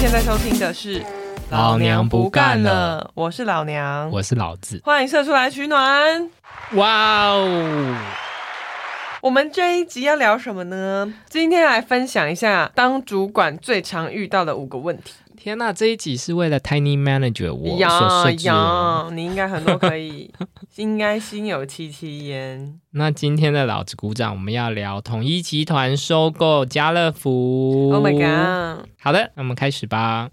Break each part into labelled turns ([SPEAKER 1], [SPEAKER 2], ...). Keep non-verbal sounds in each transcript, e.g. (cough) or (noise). [SPEAKER 1] 听的是《
[SPEAKER 2] 老娘不干了》，
[SPEAKER 1] 我是老娘，
[SPEAKER 2] 我是老子。
[SPEAKER 1] 欢迎射出来取暖。
[SPEAKER 2] 哇哦！
[SPEAKER 1] 我们这一集要聊什么呢？今天来分享一下当主管最常遇到的五个问题。
[SPEAKER 2] 天呐，这一集是为了 Tiny Manager 我所设置的。
[SPEAKER 1] 呀，你应该很多可以，应该心有戚戚
[SPEAKER 2] (laughs)
[SPEAKER 1] 焉。
[SPEAKER 2] 那今天的老子鼓掌，我们要聊统一集团收购家乐福。
[SPEAKER 1] Oh my god！
[SPEAKER 2] 好的，那我们开始吧。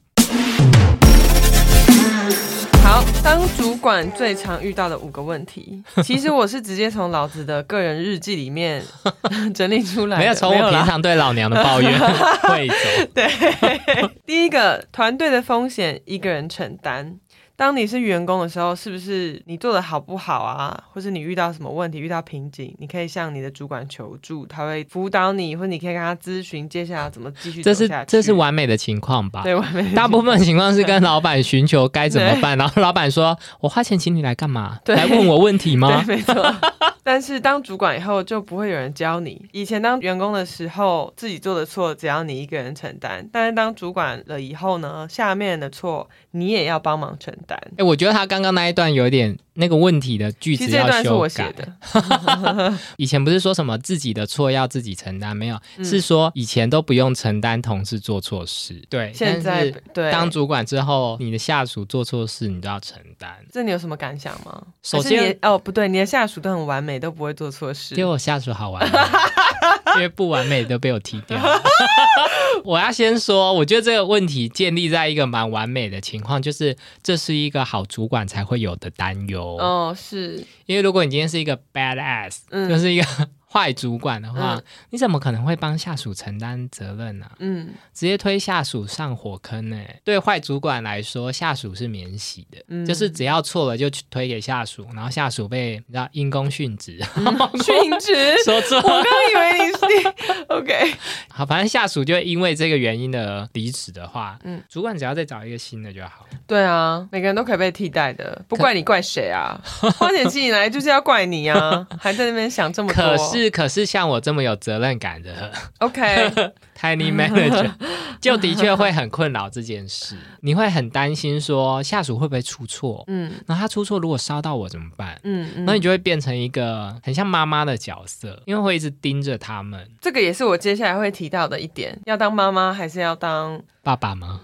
[SPEAKER 1] 好，当主管最常遇到的五个问题，其实我是直接从老子的个人日记里面 (laughs) 整理出来的，
[SPEAKER 2] 没有从我平
[SPEAKER 1] 哎啦
[SPEAKER 2] 常对老娘的
[SPEAKER 1] (laughs)
[SPEAKER 2] 抱怨 (laughs) 汇总。
[SPEAKER 1] 对， (laughs) 第一个团队的风险一个人承担。当你是员工的时候，是不是你做的好不好啊，或是你遇到什么问题、遇到瓶颈，你可以向你的主管求助，他会辅导你，或者你可以跟他咨询接下来怎么继续走
[SPEAKER 2] 这是
[SPEAKER 1] 下去。
[SPEAKER 2] 这是完美的情况吧？
[SPEAKER 1] 对完美
[SPEAKER 2] 大部分情况是跟老板寻求该怎么
[SPEAKER 1] (laughs)
[SPEAKER 2] 办，然后老板说：“我花钱请你来干嘛？
[SPEAKER 1] 对
[SPEAKER 2] 来问我问题吗
[SPEAKER 1] 对，没错。但是当主管以后就不会有人教你。以前当员工的时候，自己做的错只要你一个人承担，但是当主管了以后呢，下面的错你也要帮忙承担。？”
[SPEAKER 2] 哎、我觉得他刚刚那一段有点那个问题的句
[SPEAKER 1] 其
[SPEAKER 2] 子
[SPEAKER 1] 实这
[SPEAKER 2] 要
[SPEAKER 1] 段是
[SPEAKER 2] 修
[SPEAKER 1] 我
[SPEAKER 2] 改。
[SPEAKER 1] 写的，
[SPEAKER 2] 以前不是说什么自己的错要自己承担，没有，
[SPEAKER 1] 嗯
[SPEAKER 2] 是说以前都不用承担同事做错事。对，
[SPEAKER 1] 现
[SPEAKER 2] 但
[SPEAKER 1] 在
[SPEAKER 2] 是
[SPEAKER 1] 对
[SPEAKER 2] 当主管之后，你的下属做错事，你都要承担。
[SPEAKER 1] 这你有什么感想吗？
[SPEAKER 2] 首
[SPEAKER 1] 还是你
[SPEAKER 2] 先
[SPEAKER 1] 的哦，不对，你的下属都很完美，都不会做错事
[SPEAKER 2] 结。果下属
[SPEAKER 1] (laughs)
[SPEAKER 2] 好完美，因为不完美都被我踢掉。我要先说，我觉得这个问题建立在一个蛮完美的情况，就是这是一个好主管才会有的担忧。
[SPEAKER 1] 哦，是，
[SPEAKER 2] 因为如果你今天是一个 bad ass，、
[SPEAKER 1] 嗯
[SPEAKER 2] 就是一个 (laughs) 坏主管的话，
[SPEAKER 1] 嗯
[SPEAKER 2] 你怎么可能会帮下属承担责任呢、 (laughs)
[SPEAKER 1] 嗯
[SPEAKER 2] 直接推下属上火坑呢、对坏主管来说，下属是免洗的，
[SPEAKER 1] 嗯，
[SPEAKER 2] 就是只要错了就去推给下属，然后下属被你知道因公
[SPEAKER 1] (laughs)
[SPEAKER 2] 殉职，。
[SPEAKER 1] 殉职
[SPEAKER 2] (laughs) 说错
[SPEAKER 1] 我刚以为你是 OK， (laughs)
[SPEAKER 2] 好，反正下属就因为这个原因的离职的话，
[SPEAKER 1] 嗯
[SPEAKER 2] 嗯，主管只要再找一个新的就好。
[SPEAKER 1] 对啊，每个人都可以被替代的，不怪你怪谁啊？花钱请你来就是要怪你啊，还在那边想这么多。
[SPEAKER 2] (laughs) 可是，可是像我这么有责任感的
[SPEAKER 1] OK， (laughs)
[SPEAKER 2] tiny manager，就的确会很困扰这件事。你会很担心说下属会不会出错，
[SPEAKER 1] 嗯
[SPEAKER 2] 然后他出错如果烧到我怎么办？
[SPEAKER 1] 嗯嗯，
[SPEAKER 2] 那你就会变成一个很像妈妈的角色，因为会一直盯着他们。
[SPEAKER 1] 这个也是我接下来会提到的一点，要当妈妈还是要当
[SPEAKER 2] 爸
[SPEAKER 1] (laughs)
[SPEAKER 2] 爸吗？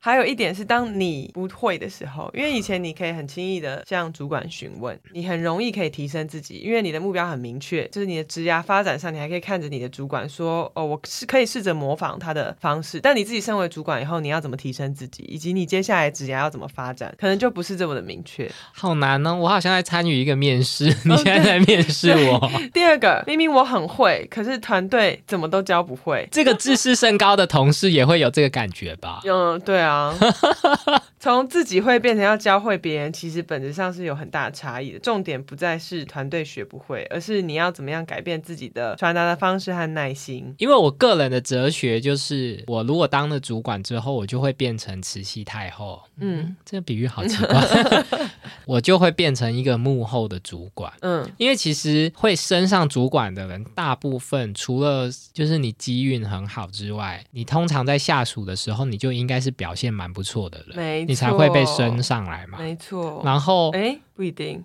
[SPEAKER 1] 还有一点是，当你不会的时候，因为以前你可以很轻易的向主管询问，你很容易可以提升自己，因为你的目标很明确，就是你的职涯发展上，你还可以看着你的主管说，哦，我是可以试着模仿他的方式。但你自己身为主管以后，你要怎么提升自己，以及你接下来职涯要怎么发展，可能就不是这么的明确。
[SPEAKER 2] 好难哦！我好像在参与一个
[SPEAKER 1] (laughs)
[SPEAKER 2] 面试，你现在在面试我。
[SPEAKER 1] 第二个，明明我很会，可是团队怎么都教不会。
[SPEAKER 2] 这个自视甚高的同事也会有这个感觉吧？
[SPEAKER 1] 嗯，对
[SPEAKER 2] (laughs)
[SPEAKER 1] 啊，从自己会变成要教会别人，其实本质上是有很大的差异的。重点不再是团队学不会，而是你要怎么样改变自己的传达的方式和耐心。
[SPEAKER 2] 因为我个人的哲学就是，我如果当了主管之后，我就会变成慈禧太后。
[SPEAKER 1] 嗯
[SPEAKER 2] 这个比喻好奇怪， (laughs) 我就会变成一个幕后的主管。
[SPEAKER 1] 嗯
[SPEAKER 2] 因为其实会升上主管的人，大部分除了就是你机运很好之外，你通常在下属的时候，你就应该是表现蛮不错的人，
[SPEAKER 1] 没错，
[SPEAKER 2] 你才会被升，上来嘛。
[SPEAKER 1] 没
[SPEAKER 2] (laughs)
[SPEAKER 1] 错。
[SPEAKER 2] 然后呃
[SPEAKER 1] 哎、不一定。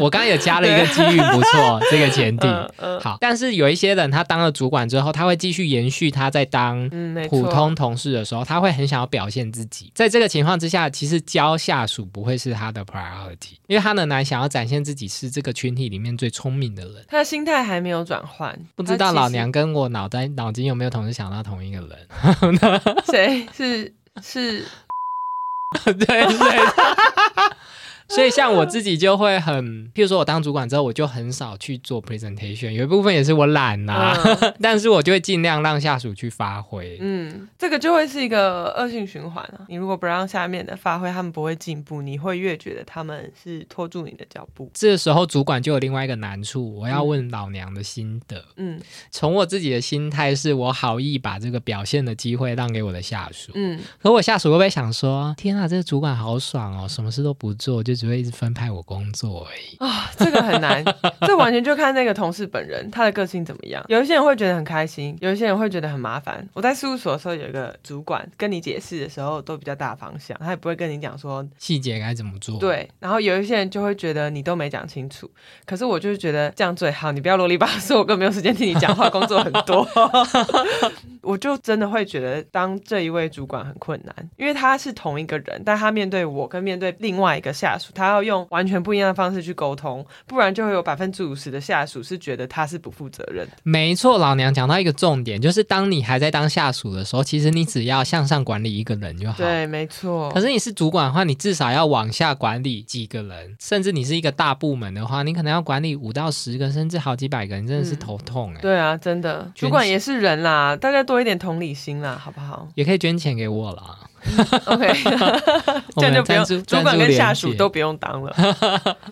[SPEAKER 2] 我刚刚也加了一个机运不错这个前
[SPEAKER 1] (laughs)
[SPEAKER 2] 提。
[SPEAKER 1] 嗯嗯
[SPEAKER 2] 好，但是有一些人，他当了主管之后，他会继续延续他在当
[SPEAKER 1] 嗯，
[SPEAKER 2] (laughs)
[SPEAKER 1] 没错。
[SPEAKER 2] 普通同事的时候，他会很想要表现自己。在这个情况之下，其实教下属不会是他的 priority，因为他仍然想要展现自己是这个群体里面最聪明的人。
[SPEAKER 1] 他的心态还没有转换，
[SPEAKER 2] (laughs) 不知道老娘
[SPEAKER 1] 他
[SPEAKER 2] 跟我脑袋脑筋有没有同时想到同一个
[SPEAKER 1] (laughs)
[SPEAKER 2] 人？
[SPEAKER 1] 其实谁是
[SPEAKER 2] (laughs)
[SPEAKER 1] 是
[SPEAKER 2] 对对。 (laughs) 对所以像我自己就会很，譬如说我当主管之后，我就很少去做 presentation，有一部分也是我懒呐、
[SPEAKER 1] 嗯
[SPEAKER 2] (laughs) 但是我就会尽量让下属去发挥。
[SPEAKER 1] 嗯，这个就会是一个恶性循环啊！你如果不让下面的发挥，他们不会进步，你会越觉得他们是拖住你的脚步。
[SPEAKER 2] 这时候主管就有另外一个难处，我要问老娘的心得。
[SPEAKER 1] 嗯
[SPEAKER 2] 从我自己的心态是，我好意把这个表现的机会让给我的下属，
[SPEAKER 1] 嗯，
[SPEAKER 2] 可我下属会不会想说：“天啊，这个主管好爽哦，什么事都不做，就事只会一直分派我工作而已。
[SPEAKER 1] 啊、这个很难，这完全就看那个同事本人他的个性怎么样。有一些人会觉得很开心，有一些人会觉得很麻烦。我在事务所的时候，有一个主管跟你解释的时候都比较大方向，他也不会跟你讲说
[SPEAKER 2] 细节该怎么做？，
[SPEAKER 1] 对。然后有一些人就会觉得你都没讲清楚，可是我就是觉得这样最好，你不要啰里吧嗦，我更没有时间听你讲话，工作很
[SPEAKER 2] (laughs)
[SPEAKER 1] 多。我就真的会觉得当这一位主管很困难，因为他是同一个人，但他面对我跟面对另外一个下属，他要用完全不一样的方式去沟通，不然就会有百分之五十的下属是觉得他是不负责任的。
[SPEAKER 2] 没错，老娘讲到一个重点，就是当你还在当下属的时候，其实你只要向上管理一个人就好。
[SPEAKER 1] 对，没错
[SPEAKER 2] 可。是你是主管的话，你至少要往下管理几个人，甚至你是一个大部门的话，你可能要管理五到十个，甚至好几百个人，真的是
[SPEAKER 1] 嗯
[SPEAKER 2] 头痛哎、
[SPEAKER 1] 对啊，真的，
[SPEAKER 2] 全
[SPEAKER 1] 主管也是人啦，大家多一点同理心啦，好不
[SPEAKER 2] (laughs)
[SPEAKER 1] 好
[SPEAKER 2] 也可以捐钱给我啦，
[SPEAKER 1] ？OK，
[SPEAKER 2] 我
[SPEAKER 1] 这样
[SPEAKER 2] 们
[SPEAKER 1] 就不用
[SPEAKER 2] 赞助
[SPEAKER 1] 主管跟下
[SPEAKER 2] 赞
[SPEAKER 1] 属
[SPEAKER 2] 助连结
[SPEAKER 1] 都不用当
[SPEAKER 2] (laughs)
[SPEAKER 1] 了。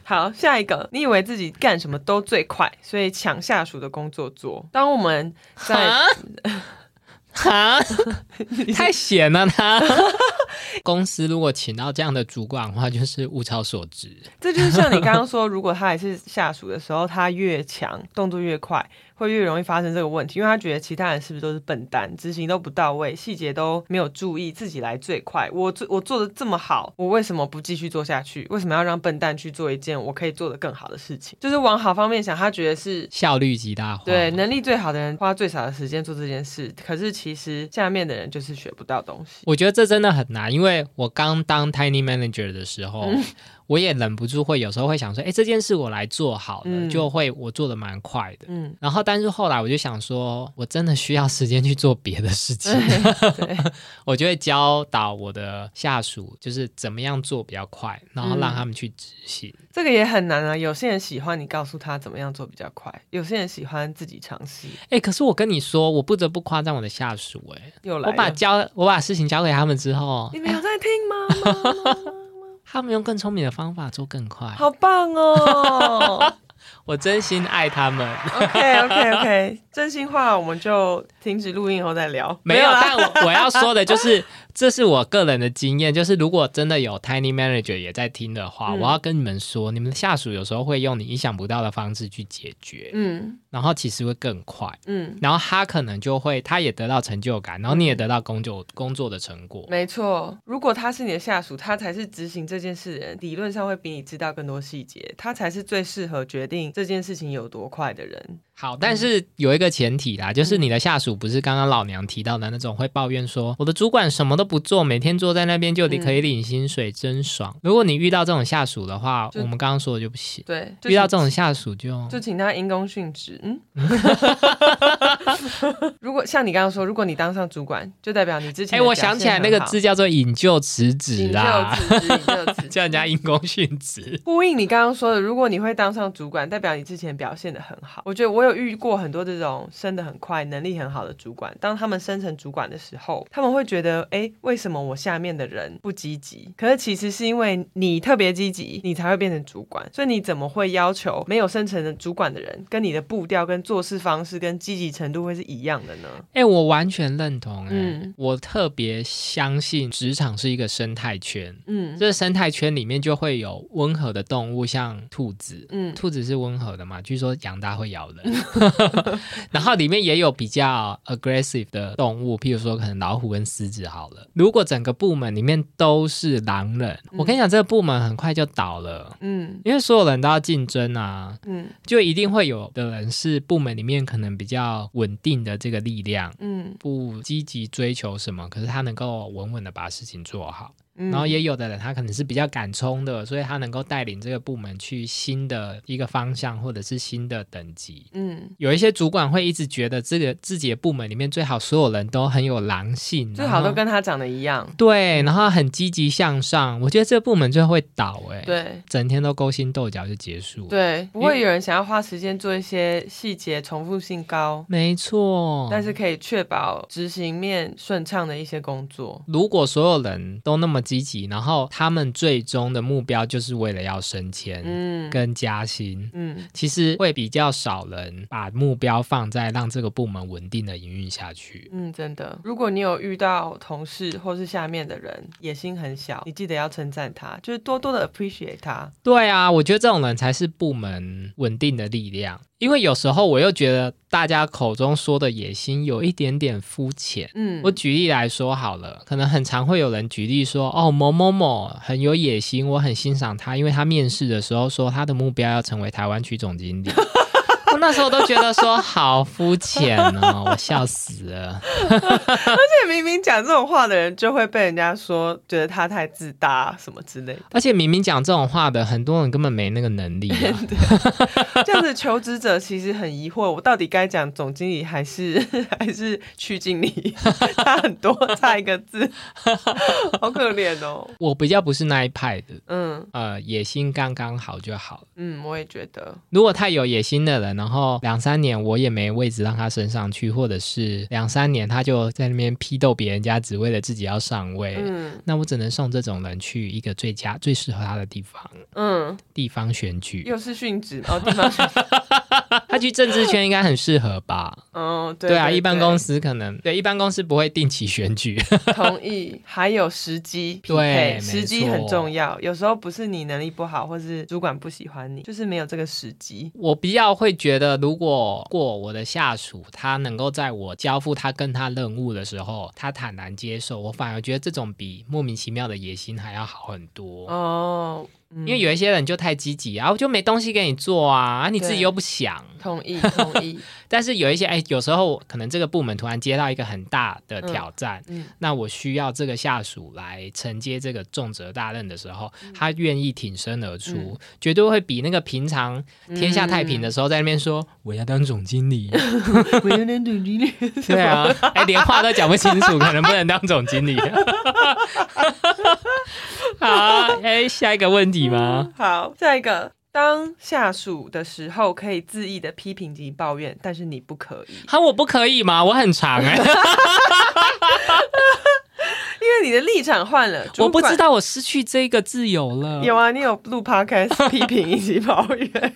[SPEAKER 1] 好，下一个，你以为自己干什么都最快，所以抢下属的工作做。当我们在
[SPEAKER 2] 啊啊， (laughs) 太闲了他。 (laughs) 公司如果请到这样的主管的话，就是物超所值。
[SPEAKER 1] (laughs) 这就是像你刚刚说，如果他还是下属的时候，他越强，动作越快，会越容易发生这个问题，因为他觉得其他人是不是都是笨蛋，执行都不到位，细节都没有注意，自己来最快。我做我做的这么好，我为什么不继续做下去？为什么要让笨蛋去做一件我可以做的更好的事情？就是往好方面想，他觉得是
[SPEAKER 2] 效率极大化。
[SPEAKER 1] 对，能力最好的人花最少的时间做这件事，可是其实下面的人就是学不到东西。
[SPEAKER 2] 我觉得这真的很难，因为我刚当 tiny manager 的时候，
[SPEAKER 1] 嗯
[SPEAKER 2] 我也忍不住会有时候会想说，哎，这件事我来做好了，
[SPEAKER 1] 嗯
[SPEAKER 2] 就会我做的蛮快的。
[SPEAKER 1] 嗯，
[SPEAKER 2] 然后，但是后来我就想说，我真的需要时间去做别的事情， (laughs)
[SPEAKER 1] 对，
[SPEAKER 2] 我就会教导我的下属，就是怎么样做比较快，然后
[SPEAKER 1] 嗯
[SPEAKER 2] 让他们去执行。
[SPEAKER 1] 这个也很难啊。有些人喜欢你告诉他怎么样做比较快，有些人喜欢自己尝试。
[SPEAKER 2] 哎、可是我跟你说，我不得不夸赞我的下属、哎，
[SPEAKER 1] 又来
[SPEAKER 2] 我把
[SPEAKER 1] 了
[SPEAKER 2] 交我把事情交给他们之后，
[SPEAKER 1] 你
[SPEAKER 2] (laughs)
[SPEAKER 1] 们有在听吗？妈妈妈妈
[SPEAKER 2] 他们用更聪明的方法做更快，
[SPEAKER 1] 好棒哦
[SPEAKER 2] 我真心爱他们。
[SPEAKER 1] ！OK OK
[SPEAKER 2] (laughs)
[SPEAKER 1] OK，真心话我们就停止录音以后再聊。
[SPEAKER 2] 没有，
[SPEAKER 1] 啦，
[SPEAKER 2] 但我我要说的就是，这是我个人的经验，就是如果真的有 tiny manager 也在听的话，
[SPEAKER 1] 嗯
[SPEAKER 2] 我要跟你们说，你们的下属有时候会用你意想不到的方式去解决，
[SPEAKER 1] 嗯
[SPEAKER 2] 然后其实会更快，
[SPEAKER 1] 嗯，
[SPEAKER 2] 然后他可能就会，他也得到成就感，然后你也得到工作工作的成果。
[SPEAKER 1] 没错。如果他是你的下属，他才是执行这件事的人，理论上会比你知道更多细节，他才是最适合决定这件事情有多快的人。
[SPEAKER 2] 好，但是有一个前提啦，就是
[SPEAKER 1] 嗯
[SPEAKER 2] 你的下属不是刚刚老娘提到的那种会抱怨说我的主管什么都不做，每天坐在那边就得
[SPEAKER 1] 嗯
[SPEAKER 2] 可以领薪水，真爽。如果你遇到这种下属的话，
[SPEAKER 1] 就
[SPEAKER 2] 我们刚刚说的就不行。
[SPEAKER 1] 对，就
[SPEAKER 2] 遇到
[SPEAKER 1] 是
[SPEAKER 2] 这种下属就
[SPEAKER 1] 就请他因公殉职。
[SPEAKER 2] (laughs)
[SPEAKER 1] 嗯，如果像你刚刚说，如果你当上主管，就代表你之前
[SPEAKER 2] 哎、
[SPEAKER 1] 的
[SPEAKER 2] 我
[SPEAKER 1] 表
[SPEAKER 2] 想
[SPEAKER 1] 现
[SPEAKER 2] 起来那个
[SPEAKER 1] 很好
[SPEAKER 2] 字叫做引咎辞职
[SPEAKER 1] 引咎
[SPEAKER 2] 啦，
[SPEAKER 1] 辞职，引
[SPEAKER 2] (laughs)
[SPEAKER 1] 咎辞
[SPEAKER 2] 叫
[SPEAKER 1] 职。
[SPEAKER 2] 人家因公殉职。
[SPEAKER 1] 呼应你刚刚说的，如果你会当上主管，代表你之前表现的很好。我觉得我有遇过很多这种升的很快、能力很好的主管，当他们升成主管的时候，他们会觉得，哎，为什么我下面的人不积极？可是其实是因为你特别积极，你才会变成主管。所以你怎么会要求没有升成的主管的人，跟你的步调、跟做事方式、跟积极程度会是一样的呢？
[SPEAKER 2] (laughs) 哎、我完全认同、哎、
[SPEAKER 1] 嗯
[SPEAKER 2] 我特别相信职场是一个生态圈，
[SPEAKER 1] 嗯
[SPEAKER 2] 这生态圈里面就会有温和的动物，像兔子。
[SPEAKER 1] 嗯
[SPEAKER 2] 兔子是温和的嘛？据说养大会咬
[SPEAKER 1] (laughs)
[SPEAKER 2] 人， (laughs) 然后里面也有比较 aggressive 的动物，譬如说可能老虎跟狮子好了。如果整个部门里面都是狼人，我跟你讲，这个部门很快就倒了。
[SPEAKER 1] 嗯
[SPEAKER 2] 因为所有人都要竞争啊，
[SPEAKER 1] 嗯
[SPEAKER 2] 就一定会有的人是部门里面可能比较稳定的这个力量，
[SPEAKER 1] 嗯
[SPEAKER 2] 不积极追求什么，可是他能够稳稳的把事情做好。
[SPEAKER 1] 嗯，
[SPEAKER 2] 然后也有的人他可能是比较敢冲的，所以他能够带领这个部门去新的一个方向或者是新的等级。
[SPEAKER 1] 嗯，
[SPEAKER 2] 有一些主管会一直觉得这个自己的部门里面最好所有人都很有狼性，
[SPEAKER 1] 最好
[SPEAKER 2] 然
[SPEAKER 1] 都
[SPEAKER 2] 后
[SPEAKER 1] 跟他长得一样。
[SPEAKER 2] 对，然后很积极向上。我觉得这个部门最后会倒、欸，
[SPEAKER 1] 对，
[SPEAKER 2] 整天都勾心斗角就结束了。
[SPEAKER 1] 对，不
[SPEAKER 2] 因
[SPEAKER 1] 会有人想要花时间做一些细节重复性高，
[SPEAKER 2] 没
[SPEAKER 1] 哦
[SPEAKER 2] 错，
[SPEAKER 1] 但是可以确保执行面顺畅的一些工作。
[SPEAKER 2] 如果所有人都那么积极，然后他们最终的目标就是为了要升迁
[SPEAKER 1] 嗯
[SPEAKER 2] 跟加薪。
[SPEAKER 1] 嗯，
[SPEAKER 2] 其实会比较少人把目标放在让这个部门稳定的营运下去。
[SPEAKER 1] 嗯，真的。如果你有遇到同事或是下面的人野心很小，你记得要称赞他，就是多多的 appreciate 他。
[SPEAKER 2] 对啊，我觉得这种人才是部门稳定的力量。因为有时候我又觉得大家口中说的野心有一点点肤浅。
[SPEAKER 1] 嗯，
[SPEAKER 2] 我举例来说好了，可能很常会有人举例说，哦，某某某很有野心，我很欣赏他，因为他面试的时候说他的目标要成为台湾区总经理。 (laughs) 我那时候都觉得说好肤浅哦，我笑死了。
[SPEAKER 1] 而且明明讲这种话的人，就会被人家说觉得他太自大啊什么之类的。
[SPEAKER 2] 而且明明讲这种话的，很多人根本没那个能力、啊。 (laughs)
[SPEAKER 1] 这样子，求职者其实很疑惑，我到底该讲总经理还是 (laughs) 还是区经理？差很多，差一个
[SPEAKER 2] (laughs)
[SPEAKER 1] 字，好可怜哦。
[SPEAKER 2] 我比较不是那一派的，
[SPEAKER 1] 嗯
[SPEAKER 2] 呃，野心刚刚好就好了。
[SPEAKER 1] 嗯，我也觉得，
[SPEAKER 2] 如果太有野心的人，然后两三年我也没位置让他升上去，或者是两三年他就在那边批斗别人家，只为了自己要上位，
[SPEAKER 1] 嗯
[SPEAKER 2] 那我只能送这种人去一个最佳、最适合他的地方
[SPEAKER 1] 嗯，
[SPEAKER 2] ——地方选举。
[SPEAKER 1] 又是殉职哦，地方
[SPEAKER 2] (laughs)
[SPEAKER 1] 选，
[SPEAKER 2] 他去政治圈应该很适合吧？
[SPEAKER 1] 嗯， (laughs) 对
[SPEAKER 2] 对啊，一般公
[SPEAKER 1] 司
[SPEAKER 2] 司可能对一般公司不会定期选举。 (laughs)
[SPEAKER 1] 同意，还有时机匹
[SPEAKER 2] 对
[SPEAKER 1] 配，
[SPEAKER 2] 没
[SPEAKER 1] 时机很
[SPEAKER 2] 错
[SPEAKER 1] 重要。有时候不是你能力不好，或是主管不喜欢你，就是没有这个时机。
[SPEAKER 2] 我比较会觉得，如果过我的下属，他能够在我交付他跟他任务的时候，他坦然接受，我反而觉得这种比莫名其妙的野心还要好很多。
[SPEAKER 1] 哦，嗯
[SPEAKER 2] 因为有一些人就太积极啊，我就没东西给你做啊，啊你自己
[SPEAKER 1] 对
[SPEAKER 2] 又不想。
[SPEAKER 1] 同意同
[SPEAKER 2] (laughs)
[SPEAKER 1] 意，
[SPEAKER 2] 但是有一些哎，有时候可能这个部门突然接到一个很大的挑战，
[SPEAKER 1] 嗯嗯
[SPEAKER 2] 那我需要这个下属来承接这个重责大任的时候，他愿意挺身而出，
[SPEAKER 1] 嗯
[SPEAKER 2] 绝对会比那个平常天下太平的时候在那边说、我要当总
[SPEAKER 1] (laughs)
[SPEAKER 2] 经理，
[SPEAKER 1] 我有点总经理。
[SPEAKER 2] 对啊，哎，连话都讲不清楚，可能不能当总
[SPEAKER 1] (laughs)
[SPEAKER 2] 经理。好，哎，下一个问题吗？
[SPEAKER 1] (laughs) 好，下一个，当下属的时候可以恣意的批评及抱怨，但是你不可以，
[SPEAKER 2] 哈，我不可以吗？我很长
[SPEAKER 1] (laughs)
[SPEAKER 2] 哎、
[SPEAKER 1] 因为你的立场换了。
[SPEAKER 2] 我不知
[SPEAKER 1] 道。
[SPEAKER 2] 道我失去这个自由了。
[SPEAKER 1] (laughs) 有啊，你有录 podcast 批评以及抱
[SPEAKER 2] (laughs)
[SPEAKER 1] 怨，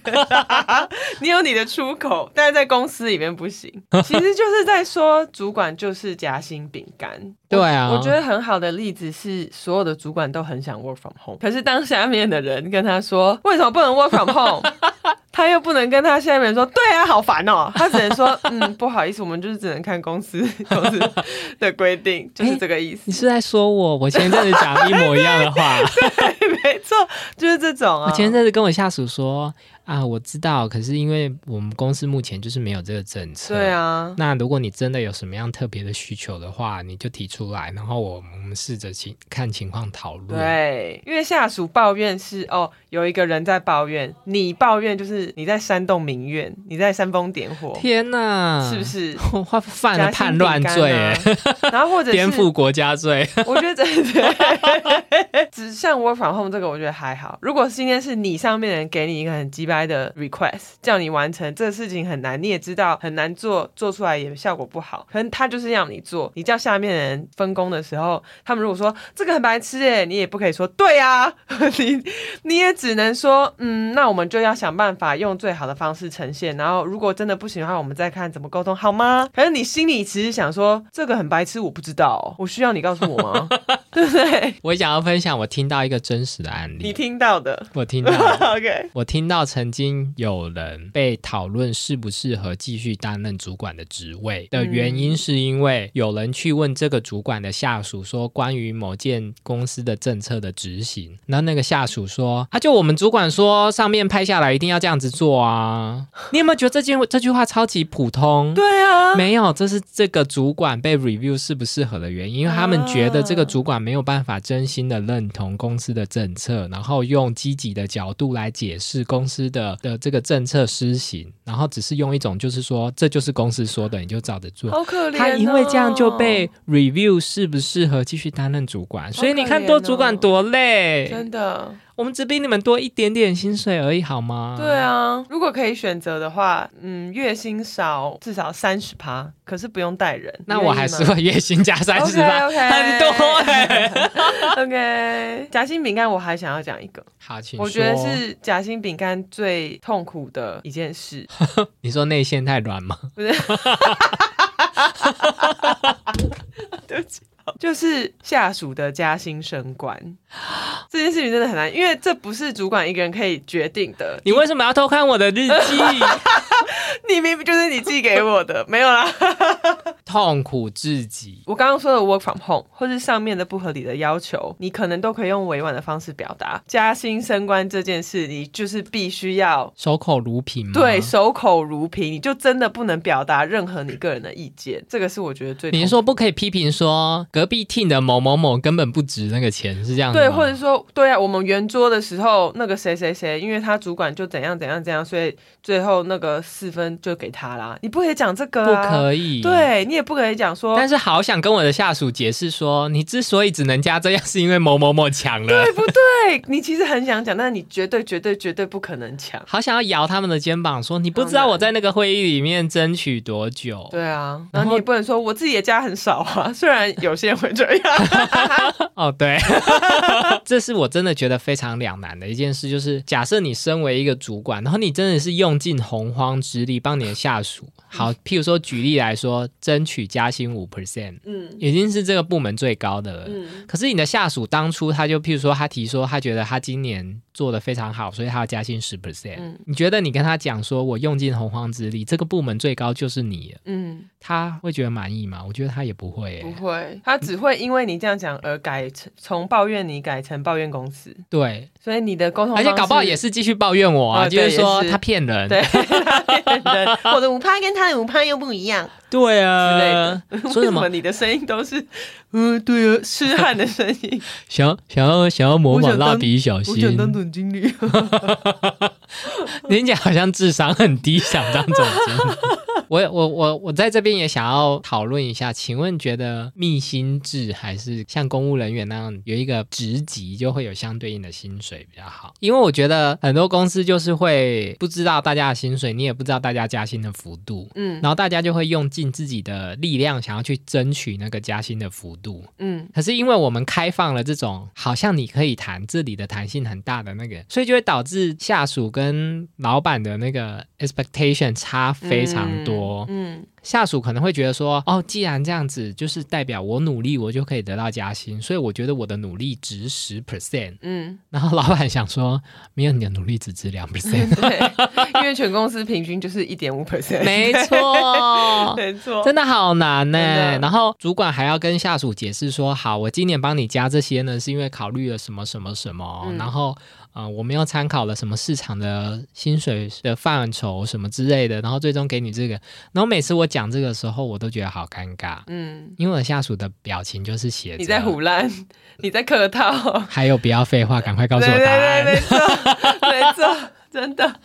[SPEAKER 1] 你有你的出口，但是在公司里面不
[SPEAKER 2] (laughs)
[SPEAKER 1] 行。其实就是在说，主管就是夹心饼干。
[SPEAKER 2] 对啊
[SPEAKER 1] 我觉得很好的例子是，所有的主管都很想 work from home，可是当下面的人跟他说为什么不能 work from
[SPEAKER 2] (laughs)
[SPEAKER 1] home，他又不能跟他下面人说对啊，好烦哦，他只能
[SPEAKER 2] (laughs)
[SPEAKER 1] 说嗯，不好意思，我们就是只能看公司 (laughs) 公司的规定，就是这个意思。
[SPEAKER 2] 哎你是在说我？我前一阵子讲一模一样的
[SPEAKER 1] (laughs)
[SPEAKER 2] 话。
[SPEAKER 1] 没错，就是这种啊。
[SPEAKER 2] 我前一阵子跟我下属说啊，我知道，可是因为我们公司目前就是没有这个政策。
[SPEAKER 1] 对。啊，
[SPEAKER 2] 那如果你真的有什么样特别的需求的话，你就提出来，然后我们我们试着情看情况讨论。
[SPEAKER 1] 对，因为下属抱怨是哦，有一个人在抱怨，你抱怨就是你在煽动民怨，你在煽风点火，
[SPEAKER 2] 天哪，
[SPEAKER 1] 是不？是？
[SPEAKER 2] 我犯犯
[SPEAKER 1] 夹
[SPEAKER 2] 了
[SPEAKER 1] 心
[SPEAKER 2] 叛乱
[SPEAKER 1] 饼干
[SPEAKER 2] 罪、
[SPEAKER 1] 啊
[SPEAKER 2] 欸，
[SPEAKER 1] 然后或者是
[SPEAKER 2] 颠覆国家罪。 (laughs)
[SPEAKER 1] (laughs) 我觉得这 (laughs) 只像 work from home 这个，我觉得还好。如果今天是你上面的人给你一个很鸡掰的 request，叫你完成这个事情很难，你也知道很难做，做出来也效果不好。可能他就是要你做，你叫下面的人分工的时候，他们如果说这个很白痴哎，你也不可以说对啊， (laughs) 你你也只能说嗯，那我们就要想办法用最好的方式呈现。然后如果真的不行的话，我们再看怎么沟通好吗？可是你心里其实想说这个很白痴，我不知道，我需要你告诉我吗？对不对？
[SPEAKER 2] 我想要分享我听到一个真实的案
[SPEAKER 1] 你
[SPEAKER 2] 例，
[SPEAKER 1] 听到的 (laughs)
[SPEAKER 2] 我听到
[SPEAKER 1] ，OK，
[SPEAKER 2] 我听到曾经有人被讨论适不适合继续担任主管的职位的原因，是因为有人去问这个主管的下属说关于某件公司的政策的执行，那那个下属说啊，就我们主管说上面拍下来一定要这样子做啊，你有没有觉得这件这句话超级普通？
[SPEAKER 1] 对啊，
[SPEAKER 2] 没有，这是这个主管被 review 适不适合的原因，因为他们觉得这
[SPEAKER 1] 啊
[SPEAKER 2] 个主管没有办法真心的认同公司的政策，然后用积极的角度来解释公司的的这个政策施行，然后只是用一种就是说这就是公司说的，你就照着做。
[SPEAKER 1] 好可怜、哦。哦
[SPEAKER 2] 他因为这样就被 review 适不适合继续担任主管，所以你看
[SPEAKER 1] 可怜
[SPEAKER 2] 多
[SPEAKER 1] 哦
[SPEAKER 2] 主管多累。
[SPEAKER 1] 真的，
[SPEAKER 2] 我们只比你们多一点点薪水而已，好吗？
[SPEAKER 1] 对啊，如果可以选择的话，嗯，月薪少至少三十趴，可是不用带人。
[SPEAKER 2] 那我还是会月薪加三十吧，
[SPEAKER 1] OK，OK
[SPEAKER 2] 很多哎、 (laughs)
[SPEAKER 1] OK。夹心饼干，我还想要讲一个，
[SPEAKER 2] 好，请
[SPEAKER 1] 我觉得
[SPEAKER 2] 说
[SPEAKER 1] 是夹心饼干最痛苦的一件
[SPEAKER 2] (laughs)
[SPEAKER 1] 事，
[SPEAKER 2] 你说内线太软吗？
[SPEAKER 1] 不是？对不起。就是下属的加薪升
[SPEAKER 2] (gasps)
[SPEAKER 1] 官，这件事情真的很难，因为这不是主管一个人可以决定的。
[SPEAKER 2] (laughs) 你为什么要偷看我的日记？
[SPEAKER 1] 你明明就是你寄给我的，没有啦。
[SPEAKER 2] (laughs) 痛苦至极。
[SPEAKER 1] 我刚刚说的 work from home 或是上面的不合理的要求，你可能都可以用委婉的方式表达。加薪升官这件事，你就是必须要
[SPEAKER 2] 守口如瓶吗？
[SPEAKER 1] 对守口如瓶，你就真的不能表达任何你个人的意见。这个是我觉得最
[SPEAKER 2] 你是
[SPEAKER 1] 痛
[SPEAKER 2] 说不可以批评说隔壁 team 的某某某根本不值那个钱是这样子
[SPEAKER 1] 对，
[SPEAKER 2] 吗
[SPEAKER 1] 或者说对啊，我们圆桌的时候，那个谁谁谁，因为他主管就怎样怎样怎样，所以最后那个四分就给他啦。你不可以讲这个、
[SPEAKER 2] 不
[SPEAKER 1] 啊，
[SPEAKER 2] 可以。。
[SPEAKER 1] 对你也不可以讲说
[SPEAKER 2] 但是好想跟我的下属解释说，你之所以只能加这样，是因为某某某强了
[SPEAKER 1] 对，不对？你其实很想讲，但你绝对绝对绝对不可能讲。
[SPEAKER 2] 好想要摇他们的肩膀说，你不知道我在那个会议里面争取多久。
[SPEAKER 1] 对啊，
[SPEAKER 2] 然
[SPEAKER 1] 然后你
[SPEAKER 2] 后
[SPEAKER 1] 也不能说我自己的家很少啊， (laughs) 虽然有些人会这样。 (laughs)
[SPEAKER 2] 哦，对，这是我真的觉得非常两难的一件事，就是假设你身为一个主管，然后你真的是用尽洪荒之力帮你的下属，好，
[SPEAKER 1] 嗯
[SPEAKER 2] 譬如说举例来说，争取加薪五 percent，
[SPEAKER 1] 嗯
[SPEAKER 2] 已经是这个部门最高的了。
[SPEAKER 1] 嗯
[SPEAKER 2] 可是你的下属当初他就譬如说他提说他觉得他今年做的非常好，所以他要加薪十 percent。
[SPEAKER 1] 嗯
[SPEAKER 2] 你觉得你跟他讲说我用尽洪荒之力，这个部门最高就是你了，
[SPEAKER 1] (laughs) 嗯，
[SPEAKER 2] 他会觉得满意吗？我觉得他也不会、
[SPEAKER 1] 不
[SPEAKER 2] 欸。
[SPEAKER 1] 会，他只会因为你这样讲而改成从抱怨你改成抱怨公司，
[SPEAKER 2] 对，
[SPEAKER 1] 所以你的沟通
[SPEAKER 2] 而且搞不好也
[SPEAKER 1] 是
[SPEAKER 2] 是继续抱怨我啊，
[SPEAKER 1] 啊
[SPEAKER 2] 就是说
[SPEAKER 1] 对也是
[SPEAKER 2] 他骗
[SPEAKER 1] (laughs)
[SPEAKER 2] 人。
[SPEAKER 1] 对。 (laughs) 我的五趴跟他的五趴又不一样，
[SPEAKER 2] 对
[SPEAKER 1] 之类的
[SPEAKER 2] 啊，说
[SPEAKER 1] (laughs) 为
[SPEAKER 2] 什
[SPEAKER 1] 什么
[SPEAKER 2] 么
[SPEAKER 1] 你的声音都是嗯对啊痴汉的声音？
[SPEAKER 2] 想要想要想要模
[SPEAKER 1] 我
[SPEAKER 2] 仿
[SPEAKER 1] 想当
[SPEAKER 2] 蜡笔小
[SPEAKER 1] 我想
[SPEAKER 2] 新， (laughs)
[SPEAKER 1] 当总经理，
[SPEAKER 2] 林姐好像智商很低，想当总经理。 (laughs) 我我我我在这边也想要讨论一下，请问觉得密薪制还是像公务人员那样有一个职级就会有相对应的薪水比较好？因为我觉得很多公司就是会不知道大家的薪水，你也不知道大家加薪的幅度，
[SPEAKER 1] 嗯
[SPEAKER 2] 然后大家就会用尽自己的力量想要去争取那个加薪的幅度。
[SPEAKER 1] 嗯
[SPEAKER 2] 可是因为我们开放了这种好像你可以谈这里的弹性很大的那个，所以就会导致下属跟老板的那个 expectation 差非常多。
[SPEAKER 1] 嗯
[SPEAKER 2] 下属可能会觉得说，哦，既然这样子，就是代表我努力我就可以得到加薪，所以我觉得我的努力值十 percent。
[SPEAKER 1] 嗯，
[SPEAKER 2] 然后老板想说，没有你的努力只值两
[SPEAKER 1] (laughs)
[SPEAKER 2] percent。
[SPEAKER 1] 对，因为全公司平均就是一点五 percent，
[SPEAKER 2] 没错。
[SPEAKER 1] 没错，
[SPEAKER 2] 真的好难呢、
[SPEAKER 1] 哦真的
[SPEAKER 2] 然后主管还要跟下属解释说，好，我今年帮你加这些呢，是因为考虑了什么什么什么，
[SPEAKER 1] 嗯
[SPEAKER 2] 然后呃，我们又参考了什么市场的薪水的范畴什么之类的，然后最终给你这个。然后每次我讲这个时候，我都觉得好尴尬，
[SPEAKER 1] 嗯，
[SPEAKER 2] 因为我的下属的表情就是写着
[SPEAKER 1] 你在胡乱，你在客套，
[SPEAKER 2] 还有不要废话，赶快告
[SPEAKER 1] 对
[SPEAKER 2] 诉我
[SPEAKER 1] 对
[SPEAKER 2] 答案。
[SPEAKER 1] 对，没错，没错， (laughs) 真
[SPEAKER 2] (laughs)
[SPEAKER 1] 的。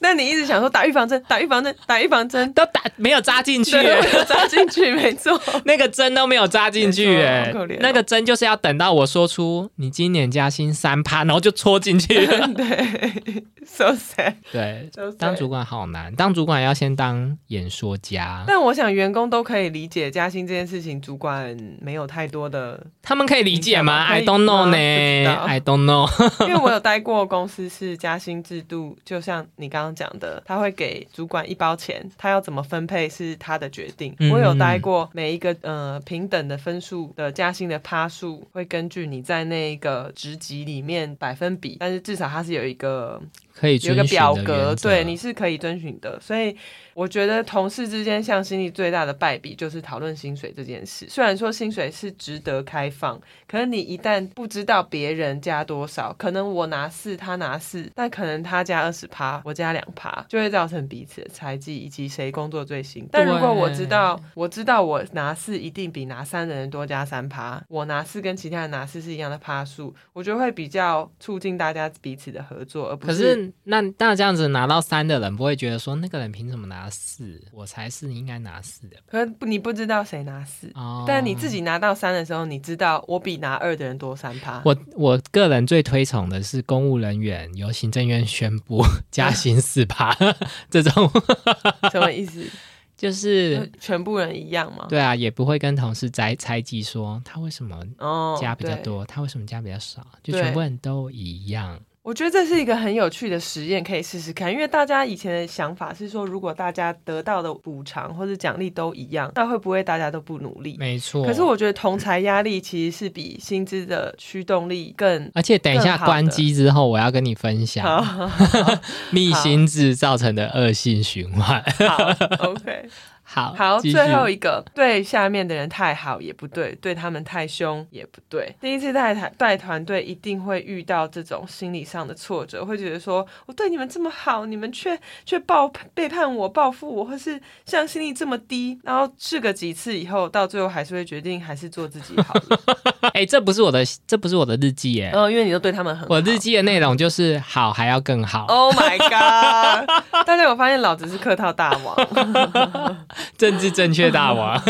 [SPEAKER 1] 那你一直想说打预防针，打预防针，打预防针，
[SPEAKER 2] 都打没有扎进去、
[SPEAKER 1] (laughs)
[SPEAKER 2] 欸
[SPEAKER 1] 对，我有扎进去，没错。
[SPEAKER 2] 那个针都没有扎进去
[SPEAKER 1] 没错
[SPEAKER 2] 哎、
[SPEAKER 1] 好可怜哦
[SPEAKER 2] 那个针就是要等到我说出你今年加薪三趴，然后就戳进去。
[SPEAKER 1] 对，so sad，
[SPEAKER 2] 对，
[SPEAKER 1] so sad。
[SPEAKER 2] 当主管好难，当主管要先当演说家，
[SPEAKER 1] 但我想员工都可以理解加薪这件事情，主管没有太多的，
[SPEAKER 2] 他们可以理解吗
[SPEAKER 1] 可
[SPEAKER 2] ？I
[SPEAKER 1] 以吗
[SPEAKER 2] don't know
[SPEAKER 1] 不
[SPEAKER 2] 呢
[SPEAKER 1] 知道
[SPEAKER 2] ，I don't know。 (laughs)
[SPEAKER 1] (laughs) 因为我有待过公司是加薪制度，就像你刚刚讲的，他会给主管一包钱，他要怎么分配是他的决定。
[SPEAKER 2] 嗯
[SPEAKER 1] 我有待过每一个呃平等的分数的加薪的趴数，会根据你在那个职级里面百分比，但是至少它是有一个
[SPEAKER 2] 可以
[SPEAKER 1] 有一
[SPEAKER 2] 遵
[SPEAKER 1] 个
[SPEAKER 2] 循
[SPEAKER 1] 表
[SPEAKER 2] 的
[SPEAKER 1] 格
[SPEAKER 2] 原，则
[SPEAKER 1] 对，你是可以遵循的。所以我觉得同事之间向心力最大的败笔就是讨论薪水这件事。虽然说薪水是值得开放，可是你一旦不知道别人加多少，可能我拿四，他拿四，但可能他加二十趴，我加两趴，就会造成彼此的猜忌以及谁工作最辛苦。但如果我知道，我知道我拿四一定比拿三的人多加三趴，我拿四跟其他人拿四是一样的趴数，我觉得会比较促进大家彼此的合作，而不
[SPEAKER 2] 可是但那那这样子拿到三的人不会觉得说那个人凭什么拿四？我才是应该拿四的
[SPEAKER 1] 可是你不知道谁拿四，
[SPEAKER 2] 哦。
[SPEAKER 1] (laughs) 但你自己拿到三的时候，你知道我比拿二的人多三趴。
[SPEAKER 2] 我我个人最推崇的是公务人员由行政院宣布 (laughs) 加薪四趴这种， (laughs)
[SPEAKER 1] 什么意思？
[SPEAKER 2] 就是
[SPEAKER 1] 全部人一样吗？
[SPEAKER 2] 对啊，也不会跟同事猜猜忌说他为什么
[SPEAKER 1] 哦，
[SPEAKER 2] 加比较
[SPEAKER 1] 对。
[SPEAKER 2] 多，他为什么加比较少，就
[SPEAKER 1] 对
[SPEAKER 2] 全部人都一样。
[SPEAKER 1] 我觉得这是一个很有趣的实验，可以试试看。因为大家以前的想法是说，如果大家得到的补偿或者奖励都一样，那会不会大家都不努力？
[SPEAKER 2] 没错，
[SPEAKER 1] 可是我觉得同才压力其实是比薪资的驱动力更。
[SPEAKER 2] 而且等一下
[SPEAKER 1] 更好的
[SPEAKER 2] 关机之后，我要跟你分
[SPEAKER 1] 好
[SPEAKER 2] 享
[SPEAKER 1] 好
[SPEAKER 2] 逆心智造成的恶性循环。 (laughs)
[SPEAKER 1] ，OK，
[SPEAKER 2] 好，
[SPEAKER 1] 好，
[SPEAKER 2] 继续
[SPEAKER 1] 最后一个，对下面的人太好也不对，对他们太凶也不对。第一次带团带团队，一定会遇到这种心理上的挫折，会觉得说我对你们这么好，你们却却报背叛我、报复我，或是向心力这么低。然后试个几次以后，到最后还是会决定还是做自己好了。
[SPEAKER 2] 哎、这不是我的，这不是我的日记耶。
[SPEAKER 1] (laughs) 嗯、因为你都对他们很好。
[SPEAKER 2] 我日记的内容就是好还要更好，
[SPEAKER 1] Oh my god！大家有发现老子是客套大王？
[SPEAKER 2] 政治正确大
[SPEAKER 1] (laughs)
[SPEAKER 2] 王。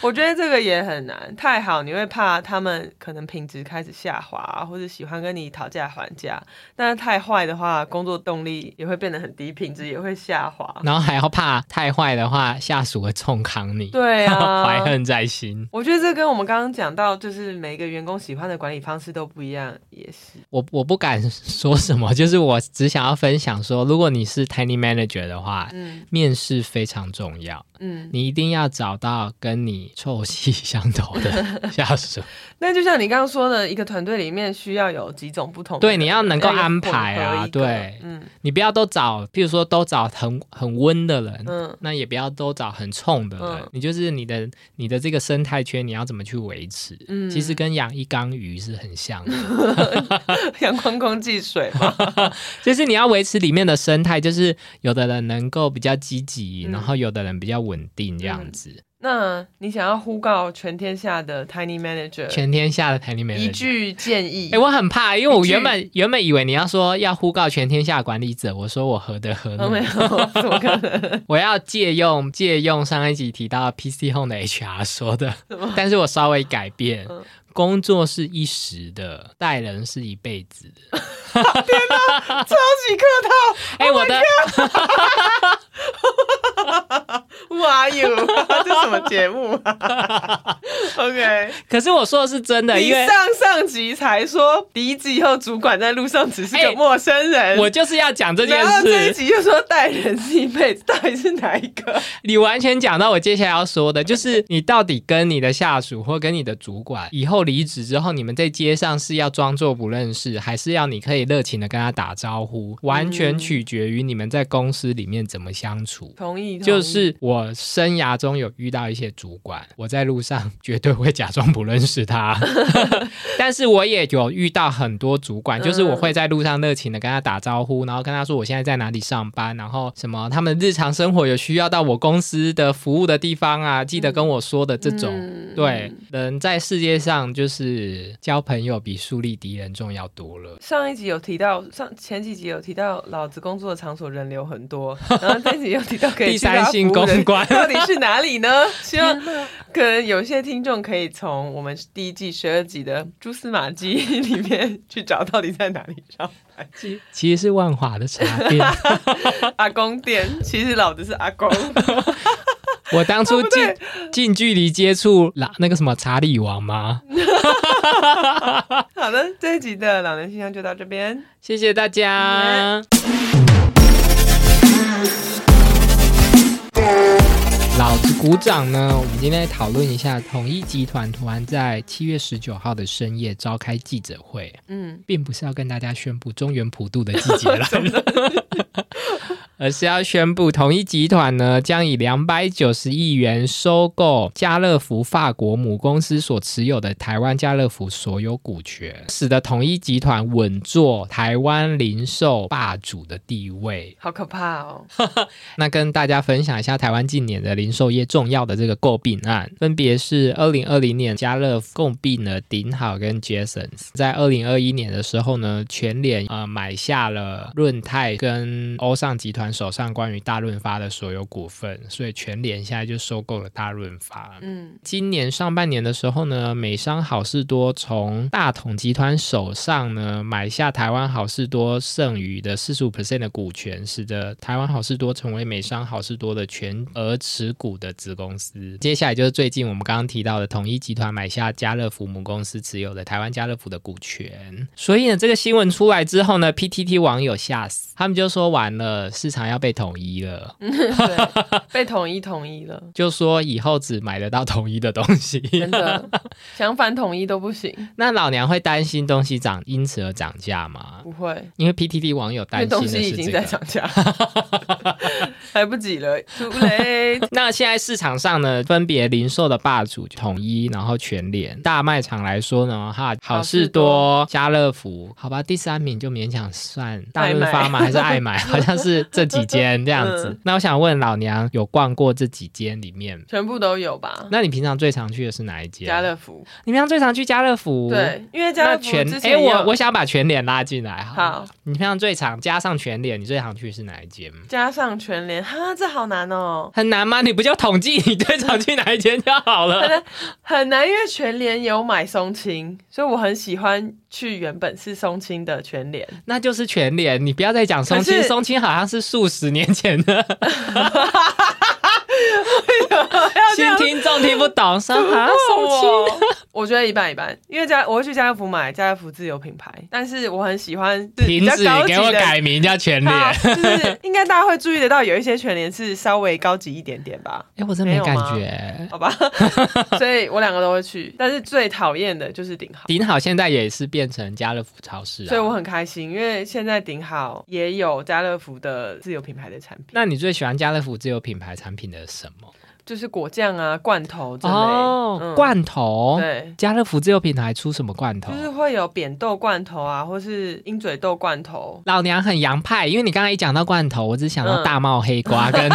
[SPEAKER 1] 我觉得这个也很难。太好，你会怕他们可能品质开始下滑、啊或者喜欢跟你讨价还价；但是太坏的话，工作动力也会变得很低，品质也会下滑。
[SPEAKER 2] 然后还要怕太坏的话，下属会冲扛你，
[SPEAKER 1] 对
[SPEAKER 2] (laughs) 怀
[SPEAKER 1] 啊。
[SPEAKER 2] 恨在心。
[SPEAKER 1] 我觉得这跟我们刚刚讲到，就是每个员工喜欢的管理方式都不一样，也是。
[SPEAKER 2] 我我不敢说什么，就是我只想要分享说，如果你是 tiny manager 的话，
[SPEAKER 1] 嗯
[SPEAKER 2] 面试非常重要，
[SPEAKER 1] 嗯，
[SPEAKER 2] 你一定要找到跟你臭气相投的 (laughs) 下属。
[SPEAKER 1] 那就像你刚刚说的，一个团队里面需要有几种不同的
[SPEAKER 2] 对
[SPEAKER 1] 人
[SPEAKER 2] 你要能够
[SPEAKER 1] 有混
[SPEAKER 2] 安排啊
[SPEAKER 1] 合一个
[SPEAKER 2] 对
[SPEAKER 1] 嗯 (laughs)
[SPEAKER 2] 你不要都找，譬如说都找很很温的人，
[SPEAKER 1] 嗯
[SPEAKER 2] 那也不要都找很冲的人，
[SPEAKER 1] 嗯
[SPEAKER 2] 你就是你的你的这个生态圈，你要怎么去维持？
[SPEAKER 1] 嗯
[SPEAKER 2] 其实跟养一缸鱼是很像的， (laughs)
[SPEAKER 1] 阳光空气水嘛，
[SPEAKER 2] 就是你要维持里面的生态，就是有的人能够比较积极，
[SPEAKER 1] 嗯
[SPEAKER 2] 然后有的人比较稳定这样子。
[SPEAKER 1] 那你想要呼告全天下的 Tiny Manager
[SPEAKER 2] 全天下的 tiny
[SPEAKER 1] 一
[SPEAKER 2] manager。
[SPEAKER 1] 句建议
[SPEAKER 2] 哎、？我很怕，因为我
[SPEAKER 1] 一句
[SPEAKER 2] 原本原本以为你要说要呼告全天下管理者，我说我何德何
[SPEAKER 1] 哦
[SPEAKER 2] 能， (laughs)
[SPEAKER 1] 没有，怎么可能？
[SPEAKER 2] 我要借用借用上一集提到 PC Home 的 HR 说的
[SPEAKER 1] 什么，
[SPEAKER 2] 但是我稍微改变
[SPEAKER 1] 嗯，
[SPEAKER 2] 工作是一时的，待人是一辈子的。
[SPEAKER 1] 超级客 Oh
[SPEAKER 2] 哎、我的
[SPEAKER 1] 套，Who are you？这 (laughs) 什么节
[SPEAKER 2] (laughs)
[SPEAKER 1] 目啊？OK，
[SPEAKER 2] 可是我说的是真的，
[SPEAKER 1] 你
[SPEAKER 2] 因为
[SPEAKER 1] 上上集才说第一季后主管在路上只是个
[SPEAKER 2] 哎
[SPEAKER 1] 陌生人，
[SPEAKER 2] 我就是要讲这件
[SPEAKER 1] 然后这一
[SPEAKER 2] 事，
[SPEAKER 1] 集又说待人是一辈子，到底是哪一个？
[SPEAKER 2] 你完全讲到我接下来要说的， (laughs) 就是你到底跟你的下属或跟你的主管以后离职之后，你们在街上是要装作不认识，还是要你可以热情的跟他打招呼，完
[SPEAKER 1] 嗯
[SPEAKER 2] 全取决于你们在公司里面怎么相处。
[SPEAKER 1] 同意，同意
[SPEAKER 2] 就是我生涯中有遇到一些主管，我在路上 (laughs) 绝对会假装不认识
[SPEAKER 1] (laughs)
[SPEAKER 2] 他， (laughs) 但是我也有遇到很多主管，就是我
[SPEAKER 1] 嗯
[SPEAKER 2] 会在路上热情的跟他打招呼，然后跟他说我现在在哪里上班，然后什么他们日常生活有需要到我公司的服务的地方啊，记得跟我说的这种。
[SPEAKER 1] 嗯
[SPEAKER 2] 对，人在世界上就是交朋友比树立敌人重要多了。
[SPEAKER 1] 上一集有提到，上前几集有提到，老子工作的场所人流很多，然后这集有提到可以
[SPEAKER 2] (laughs) 第
[SPEAKER 1] 去他
[SPEAKER 2] 三性
[SPEAKER 1] 服务的
[SPEAKER 2] 公关
[SPEAKER 1] (laughs) 到底是哪里呢？希望可能有些听众可以从我们第一季十二集的蛛丝马迹 (laughs) 里面去找到底在哪里上班。
[SPEAKER 2] 其实是万华的茶店，
[SPEAKER 1] 阿公店，其实老子是阿
[SPEAKER 2] (laughs)
[SPEAKER 1] 公，
[SPEAKER 2] 我当初近近距离接触啦，那个什么查理王吗？
[SPEAKER 1] 好的，这一集的老人信箱就到这边。
[SPEAKER 2] 谢谢大家。老子鼓掌呢！我们今天来讨论一下，统一集团突然在七月十九号的深夜召开记者会，
[SPEAKER 1] 嗯，
[SPEAKER 2] 并不是要跟大家宣布中原普渡的季节来了，而是要宣布统一集团呢将以两百九十亿元收购家乐福法国母公司所持有的台湾家乐福所有股权，使得统一集团稳坐台湾零售霸主的地位。
[SPEAKER 1] 好可怕哦。
[SPEAKER 2] (laughs) 那跟大家分享一下台湾近年的零零售业重要的这个诟病案，分别是二零二零年家乐福共并了顶好跟 Jasons，在二零二一年的时候呢，全联呃买下了润泰跟欧尚集团手上关于大润发的所有股份，所以全联现在就收购了大润发。
[SPEAKER 1] 嗯，
[SPEAKER 2] 今年上半年的时候呢，美商好事多从大统集团手上呢买下台湾好事多剩余的四十五 percent 的股权，使得台湾好事多成为美商好事多的全额持股的子公司。接下来就是最近我们刚刚提到的统一集团买下家乐福母公司持有的台湾家乐福的股权。所以呢，这个新闻出来之后呢，PTT 网友吓死，他们就说完了，市场要被统一了。
[SPEAKER 1] 对，被统一统一了，
[SPEAKER 2] 就说以后只买得到统一的东西，
[SPEAKER 1] 真的，
[SPEAKER 2] (laughs)
[SPEAKER 1] 想反统一都不行，
[SPEAKER 2] 那老娘会担心东西涨，因此而涨价吗？
[SPEAKER 1] 不会。
[SPEAKER 2] 因为 PTT 网友
[SPEAKER 1] 因
[SPEAKER 2] 担
[SPEAKER 1] 为
[SPEAKER 2] 心
[SPEAKER 1] 东
[SPEAKER 2] 的啊
[SPEAKER 1] 西
[SPEAKER 2] 是
[SPEAKER 1] 已经
[SPEAKER 2] 这
[SPEAKER 1] 在
[SPEAKER 2] 个。
[SPEAKER 1] 涨价， (laughs) 来不及了，too late。 (laughs)
[SPEAKER 2] 那现在市场上呢，分别零售的霸主统一，然后全联大卖场来说呢，哈，好事多、家乐福，好吧，第三名就勉强算大润发嘛，还是
[SPEAKER 1] (laughs)
[SPEAKER 2] 爱买，好像是这几间这样子。
[SPEAKER 1] 嗯
[SPEAKER 2] 那我想问老娘，有逛过这几间里面？
[SPEAKER 1] 全部都有吧？
[SPEAKER 2] 那你平常最常去的是哪一间？
[SPEAKER 1] 家，乐福，
[SPEAKER 2] 你平常最常去家乐福？。
[SPEAKER 1] 对，因为家
[SPEAKER 2] 那
[SPEAKER 1] 乐福
[SPEAKER 2] 全
[SPEAKER 1] 之
[SPEAKER 2] 哎、
[SPEAKER 1] 前
[SPEAKER 2] 我
[SPEAKER 1] 有
[SPEAKER 2] 我想把全脸拉进来好了
[SPEAKER 1] 好
[SPEAKER 2] 你平常最常加上全脸，你最常去的是哪一间？
[SPEAKER 1] 加上全联，哈，这好难哦，
[SPEAKER 2] 很难吗？你不就统计你最常去哪一间就
[SPEAKER 1] (laughs)
[SPEAKER 2] 好了？
[SPEAKER 1] 很难，因为全联有买松青，所以我很喜欢去原本是松青的全联。
[SPEAKER 2] 那就是全脸，你不要再讲松青，
[SPEAKER 1] 可是
[SPEAKER 2] 松青好像是数十年前的，
[SPEAKER 1] 哎
[SPEAKER 2] 新听众听不懂，说啊松
[SPEAKER 1] (laughs)
[SPEAKER 2] 青。
[SPEAKER 1] 青，哦我觉得一半一半，因为家我会去家乐福买家乐福自有品牌，但是我很喜欢是比
[SPEAKER 2] 停
[SPEAKER 1] 较
[SPEAKER 2] 止
[SPEAKER 1] 高，级
[SPEAKER 2] 给我
[SPEAKER 1] 的。
[SPEAKER 2] 改名叫全脸。
[SPEAKER 1] 好
[SPEAKER 2] 哎、
[SPEAKER 1] 就是应该大家会注意得到，有一些全联是稍微高级一点点吧。
[SPEAKER 2] 哎我真没
[SPEAKER 1] 没有啊
[SPEAKER 2] 感
[SPEAKER 1] 吗
[SPEAKER 2] 觉。
[SPEAKER 1] 好
[SPEAKER 2] (laughs)
[SPEAKER 1] 吧，所以我两个都会去，但是最讨厌的就是顶好，
[SPEAKER 2] 顶好现在也是变成家乐福超市
[SPEAKER 1] 所以
[SPEAKER 2] 啊。
[SPEAKER 1] 我很开心，因为现在顶好也有家乐福的自有品牌的产品，
[SPEAKER 2] 那你最喜欢家乐福自有品牌产品的什么？
[SPEAKER 1] 就是果酱啊、罐头之类，
[SPEAKER 2] 哦
[SPEAKER 1] 嗯，
[SPEAKER 2] 罐头。
[SPEAKER 1] 对，
[SPEAKER 2] 家乐福自有品牌出什么罐头
[SPEAKER 1] 就？是会有扁豆罐头啊，或是鹰嘴豆罐头，
[SPEAKER 2] 老娘很洋派，因为你刚才一讲到罐头，我只想到
[SPEAKER 1] 嗯
[SPEAKER 2] 大茂黑瓜跟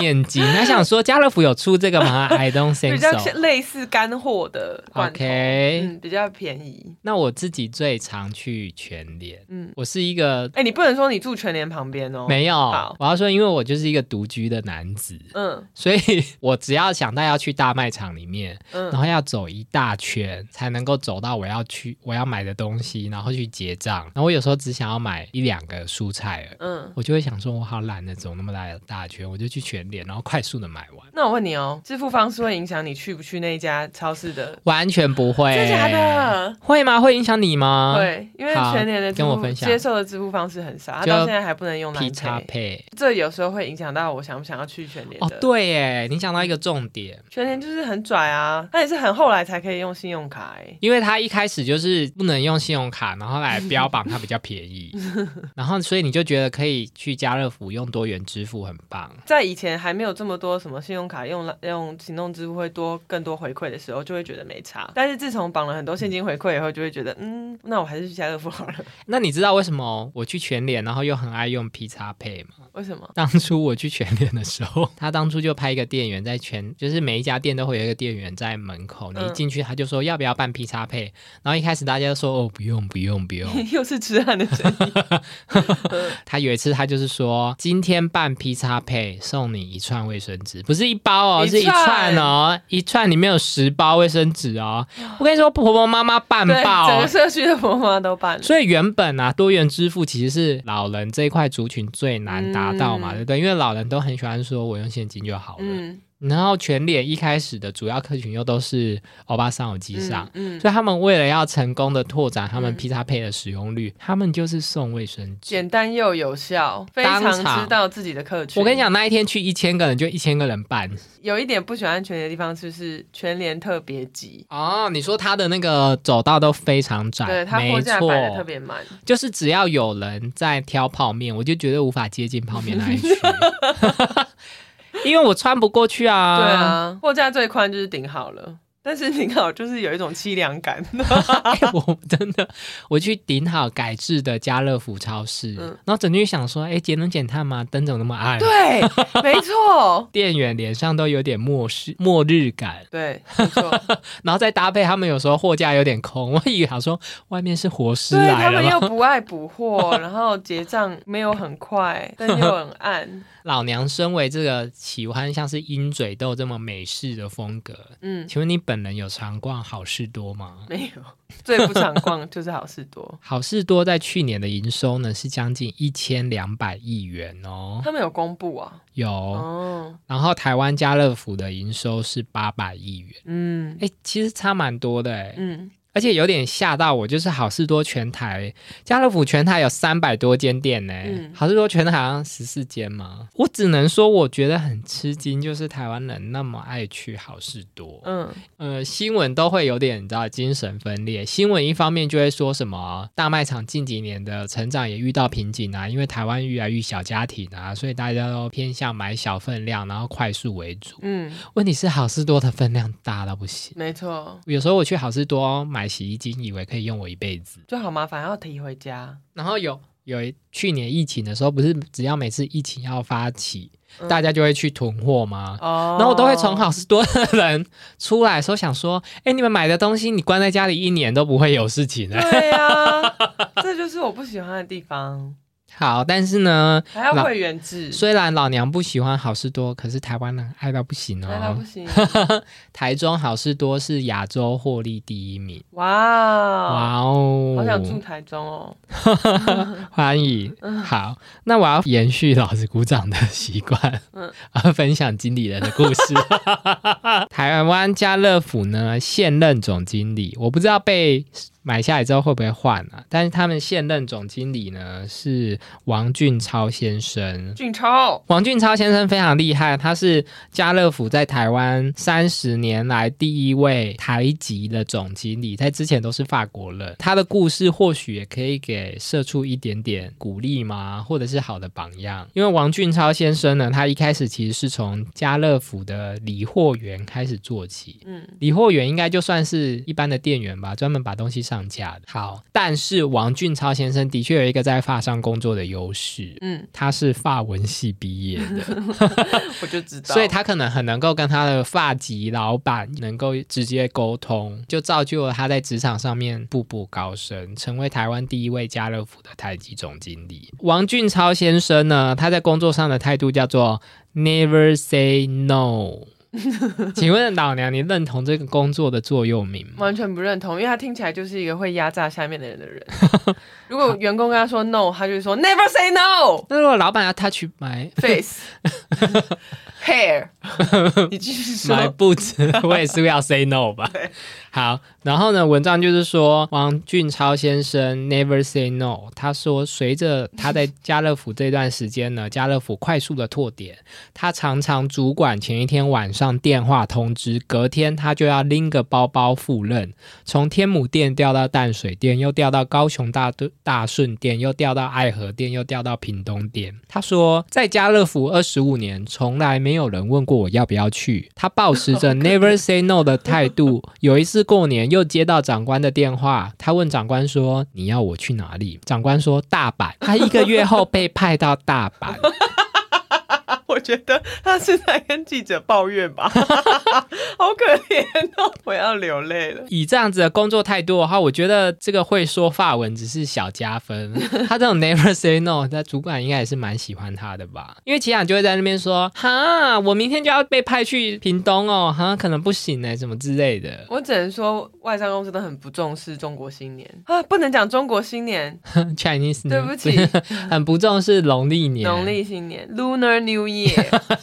[SPEAKER 2] 面筋。那、想说家乐福有出这个
[SPEAKER 1] (laughs)
[SPEAKER 2] 吗？I don't
[SPEAKER 1] 比
[SPEAKER 2] think
[SPEAKER 1] 较像
[SPEAKER 2] so。
[SPEAKER 1] 类似干货的罐头
[SPEAKER 2] OK
[SPEAKER 1] 嗯，比较便宜。
[SPEAKER 2] 那我自己最常去全联，
[SPEAKER 1] 嗯
[SPEAKER 2] 我是一个
[SPEAKER 1] 哎、你不能说你住全联旁边哦，
[SPEAKER 2] 没有
[SPEAKER 1] 好，
[SPEAKER 2] 我要说，因为我就是一个独居的男子，
[SPEAKER 1] 嗯
[SPEAKER 2] 所以
[SPEAKER 1] (laughs)
[SPEAKER 2] 我只要想到要去大卖场里面，然
[SPEAKER 1] 嗯，
[SPEAKER 2] 后要走一大圈才能够走到我要去我要买的东西，然后去结账。然后我有时候只想要买一两个蔬菜而已
[SPEAKER 1] 嗯，
[SPEAKER 2] 我就会想说，我好懒得走那么大大圈，我就去全脸，然后快速的买完，
[SPEAKER 1] 那我问你哦，支付方式会影响你去不去那一家超市的？
[SPEAKER 2] 完全不会。
[SPEAKER 1] 真的假？的？
[SPEAKER 2] 会吗？会影响你吗？。
[SPEAKER 1] 对，因为
[SPEAKER 2] 好
[SPEAKER 1] 全年的支
[SPEAKER 2] 跟我
[SPEAKER 1] 付
[SPEAKER 2] 分享
[SPEAKER 1] 接受的支付方式很少，他
[SPEAKER 2] 就
[SPEAKER 1] 到现在还不能用
[SPEAKER 2] P
[SPEAKER 1] 蓝
[SPEAKER 2] 叉
[SPEAKER 1] 配，
[SPEAKER 2] 配
[SPEAKER 1] 这有时候会影响到我想不想要去全年
[SPEAKER 2] 哦
[SPEAKER 1] 的。，
[SPEAKER 2] 对耶，你讲到一个重点，
[SPEAKER 1] 全年就是很拽啊，他也是很后来才可以用信用卡、欸，
[SPEAKER 2] 因为他一开始就是不能用信用卡，然后来标榜它比较
[SPEAKER 1] (laughs)
[SPEAKER 2] 便宜，然后所以你就觉得可以去家乐福用多元支付很棒。
[SPEAKER 1] 在以前还没有这么多什么信用卡用用行动支付会多更多回馈的时候，就会觉得没差。但是自从绑了很多现金回馈以后，就会觉得嗯，那我还是去家乐福好了。 (laughs)
[SPEAKER 2] 那你知道为什么我去全脸，然后又很爱用 P 叉配吗？
[SPEAKER 1] 为什么？ (laughs)
[SPEAKER 2] 当初我去全联的时候，他当初就派一个店员在全，就是每一家店都会有一个店员在门口，你一
[SPEAKER 1] 嗯
[SPEAKER 2] 进去他就说要不要办 P 叉配，然后一开始大家就说哦不用不用不
[SPEAKER 1] (laughs)
[SPEAKER 2] 用，
[SPEAKER 1] 又是痴汉的声音。 (laughs)
[SPEAKER 2] 他有一次他就是说哦今天办 P 叉配送你一串卫生纸，不是一包哦，
[SPEAKER 1] 一
[SPEAKER 2] 是一串
[SPEAKER 1] 串
[SPEAKER 2] 哦，一串里面有十包卫生纸哦，我跟你说婆婆妈妈办
[SPEAKER 1] 嗯对，
[SPEAKER 2] 爆
[SPEAKER 1] 整
[SPEAKER 2] 哦
[SPEAKER 1] 个。社区的婆妈都办
[SPEAKER 2] (laughs)
[SPEAKER 1] 了。
[SPEAKER 2] 所以原本啊，多元支付其实是老人这一块族群最难达到嘛，
[SPEAKER 1] 嗯
[SPEAKER 2] 对不对？因为老人都很喜欢说我用现金就好了，
[SPEAKER 1] 嗯，
[SPEAKER 2] 然后全脸一开始的主要客群又都是欧巴桑有机上。
[SPEAKER 1] 嗯，嗯
[SPEAKER 2] 所以他们为了要成功的拓展他们
[SPEAKER 1] 嗯
[SPEAKER 2] 披萨配的使用率，他们就是送卫生纸。
[SPEAKER 1] 简单又有效，非常
[SPEAKER 2] 当场
[SPEAKER 1] 知道自己的客群。
[SPEAKER 2] 我跟你，讲，那一天去一千个人，就一千个人办。
[SPEAKER 1] 有一点不喜欢全联的地方就是全联特别急，
[SPEAKER 2] 哦，你说他的那个走道都非常窄，
[SPEAKER 1] 对它货
[SPEAKER 2] 哎没
[SPEAKER 1] 架
[SPEAKER 2] 错，
[SPEAKER 1] 摆的特别满。
[SPEAKER 2] 就是只要有人在挑泡面，我就觉得无法接近泡面那
[SPEAKER 1] (laughs)
[SPEAKER 2] 一区， (laughs) 因为我穿不过去啊。
[SPEAKER 1] 啊对，啊，货架最宽就是顶好了，但是你好，就是有一种凄凉
[SPEAKER 2] (laughs)
[SPEAKER 1] 感。
[SPEAKER 2] 哎我真的，我去顶好改制的家乐福超市，
[SPEAKER 1] 嗯
[SPEAKER 2] 然后整天就想说，哎，节能减碳吗？灯怎么那么暗？
[SPEAKER 1] 对，没错，
[SPEAKER 2] 店员脸上都有点末世末日感，
[SPEAKER 1] 对，没错，
[SPEAKER 2] (laughs) 然后再搭配他们有时候货架有点空，我以为想说外面是活尸
[SPEAKER 1] 对
[SPEAKER 2] 来
[SPEAKER 1] 他
[SPEAKER 2] 了
[SPEAKER 1] 们
[SPEAKER 2] 吗？
[SPEAKER 1] 又不爱补货，然后结账没有很快，但又很暗。
[SPEAKER 2] 老娘身为这个喜欢像是鹰嘴豆这么美式的风格，
[SPEAKER 1] 嗯，
[SPEAKER 2] 请问你本人有常逛好事多吗？
[SPEAKER 1] 没有，最不常逛就是好事多。
[SPEAKER 2] 好事多在去年的营收呢是将近一千两百亿元哦，
[SPEAKER 1] 他们有公布啊？
[SPEAKER 2] 有。
[SPEAKER 1] 哦，
[SPEAKER 2] 然后台湾家乐福的营收是八百亿元，
[SPEAKER 1] 嗯
[SPEAKER 2] 哎，其实差蛮多的哎，
[SPEAKER 1] 嗯，
[SPEAKER 2] 而且有点吓到我，就是好事多全台家乐福全台有三百多间店呢、
[SPEAKER 1] 嗯
[SPEAKER 2] 好事多全台好像十四间嘛，我只能说我觉得很吃惊，就是台湾人那么爱去好事多，
[SPEAKER 1] 嗯
[SPEAKER 2] 呃，新闻都会有点你知道精神分裂。新闻一方面就会说什么大卖场近几年的成长也遇到瓶颈啊，因为台湾越来越小家庭啊，所以大家都偏向买小分量，然后快速为主。
[SPEAKER 1] 嗯，
[SPEAKER 2] 问题是好事多的分量大到不行。
[SPEAKER 1] 没错，
[SPEAKER 2] 有时候我去好事多买洗衣精，以为可以用我一辈子。
[SPEAKER 1] 就好麻烦，要提回家。
[SPEAKER 2] 然后有有一去年疫情的时候，不是只要每次疫情要发起，
[SPEAKER 1] 嗯
[SPEAKER 2] 大家就会去囤货吗？
[SPEAKER 1] 哦，
[SPEAKER 2] 然后我都会从好事多的人出来的时候想说，哎，你们买的东西，你关在家里一年都不会有事情啊的。
[SPEAKER 1] 对呀、 (laughs) 这就是我不喜欢的地方，
[SPEAKER 2] 好，但是呢，
[SPEAKER 1] 还要
[SPEAKER 2] 老
[SPEAKER 1] 会员制，
[SPEAKER 2] 虽然老娘不喜欢好事多，可是台湾人爱到不行
[SPEAKER 1] 难道
[SPEAKER 2] 哦
[SPEAKER 1] 不。行？
[SPEAKER 2] 台中好事多是亚洲获利第一名，
[SPEAKER 1] 哇，
[SPEAKER 2] 哇哦！
[SPEAKER 1] 好想住台中哦。
[SPEAKER 2] 欢迎。好，那我要延续老师鼓掌的习惯，
[SPEAKER 1] 嗯
[SPEAKER 2] 嗯，分享经理人的故事。台湾家乐福呢，现任总经理，我不知道被买下来之后会不会换啊，但是他们现任总经理呢是王俊超先生。
[SPEAKER 1] 俊超，
[SPEAKER 2] 王俊超先生非常厉害，他是家乐福在台湾三十年来第一位台籍的总经理，在之前都是法国人。他的故事或许也可以给社畜一点点鼓励嘛，或者是好的榜样。因为王俊超先生呢，他一开始其实是从家乐福的理货员开始做起。
[SPEAKER 1] 嗯，
[SPEAKER 2] 理货员应该就算是一般的店员吧，专门把东西上架的。好，但是王俊超先生的确有一个在法商工作的优势，
[SPEAKER 1] 嗯，
[SPEAKER 2] 他是法文系毕业的，
[SPEAKER 1] 我就知道，
[SPEAKER 2] 所以他可能很能够跟他的发籍老板能够直接沟通，就造就了他在职场上面步步高升，成为台湾第一位家乐福的台籍总经理。王俊超先生呢，他在工作上的态度叫做 “never say no”。请问老娘，你认同这个工作的座右铭吗？
[SPEAKER 1] 完全不认同，因为他听起来就是一个会压榨下面的人的人。 (laughs) 如果员工跟他说 no，他就会说 never say no
[SPEAKER 2] 那如果老板要他去买 (laughs)
[SPEAKER 1] face hair，你继续
[SPEAKER 2] 买
[SPEAKER 1] 说。
[SPEAKER 2] 不止， (laughs) 我也是要 say no 吧。好，然后呢，文章就是说王俊超先生 never say no。他说，随着他在家乐福这段时间呢，家乐福快速的拓点，他常常主管前一天晚上电话通知，隔天他就要拎个包包赴任，从天母店调到淡水店，又调到高雄大大顺店，又调到爱河店，又调到屏东店。他说，在家乐福二十五年，从来没有人问过我要不要去。他保持着 never say no 的态度。有一次过年，又接到长官的电话，他问长官说：“你要我去哪里？”长官说：“大阪。”他一个月后被派到大阪。
[SPEAKER 1] 我觉得他是在跟记者抱怨吧， (laughs) 好可怜哦，我要流泪了。
[SPEAKER 2] 以这样子的工作态度的话，我觉得这个会说法文只是小
[SPEAKER 1] (laughs)
[SPEAKER 2] 加分。他这种 never say no，那主管应该也是蛮喜欢他的吧？因为其他人就会在那边说：“哈，我明天就要被派去屏东哦，哈，可能不行呢，什么之类的。
[SPEAKER 1] 我只能说，外商公司都很不重视中国新年啊，不能讲中国新年，”
[SPEAKER 2] Chinese
[SPEAKER 1] 对
[SPEAKER 2] New-
[SPEAKER 1] 不起，
[SPEAKER 2] 很不重视农历年。
[SPEAKER 1] 农历新年 （Lunar New
[SPEAKER 2] (laughs)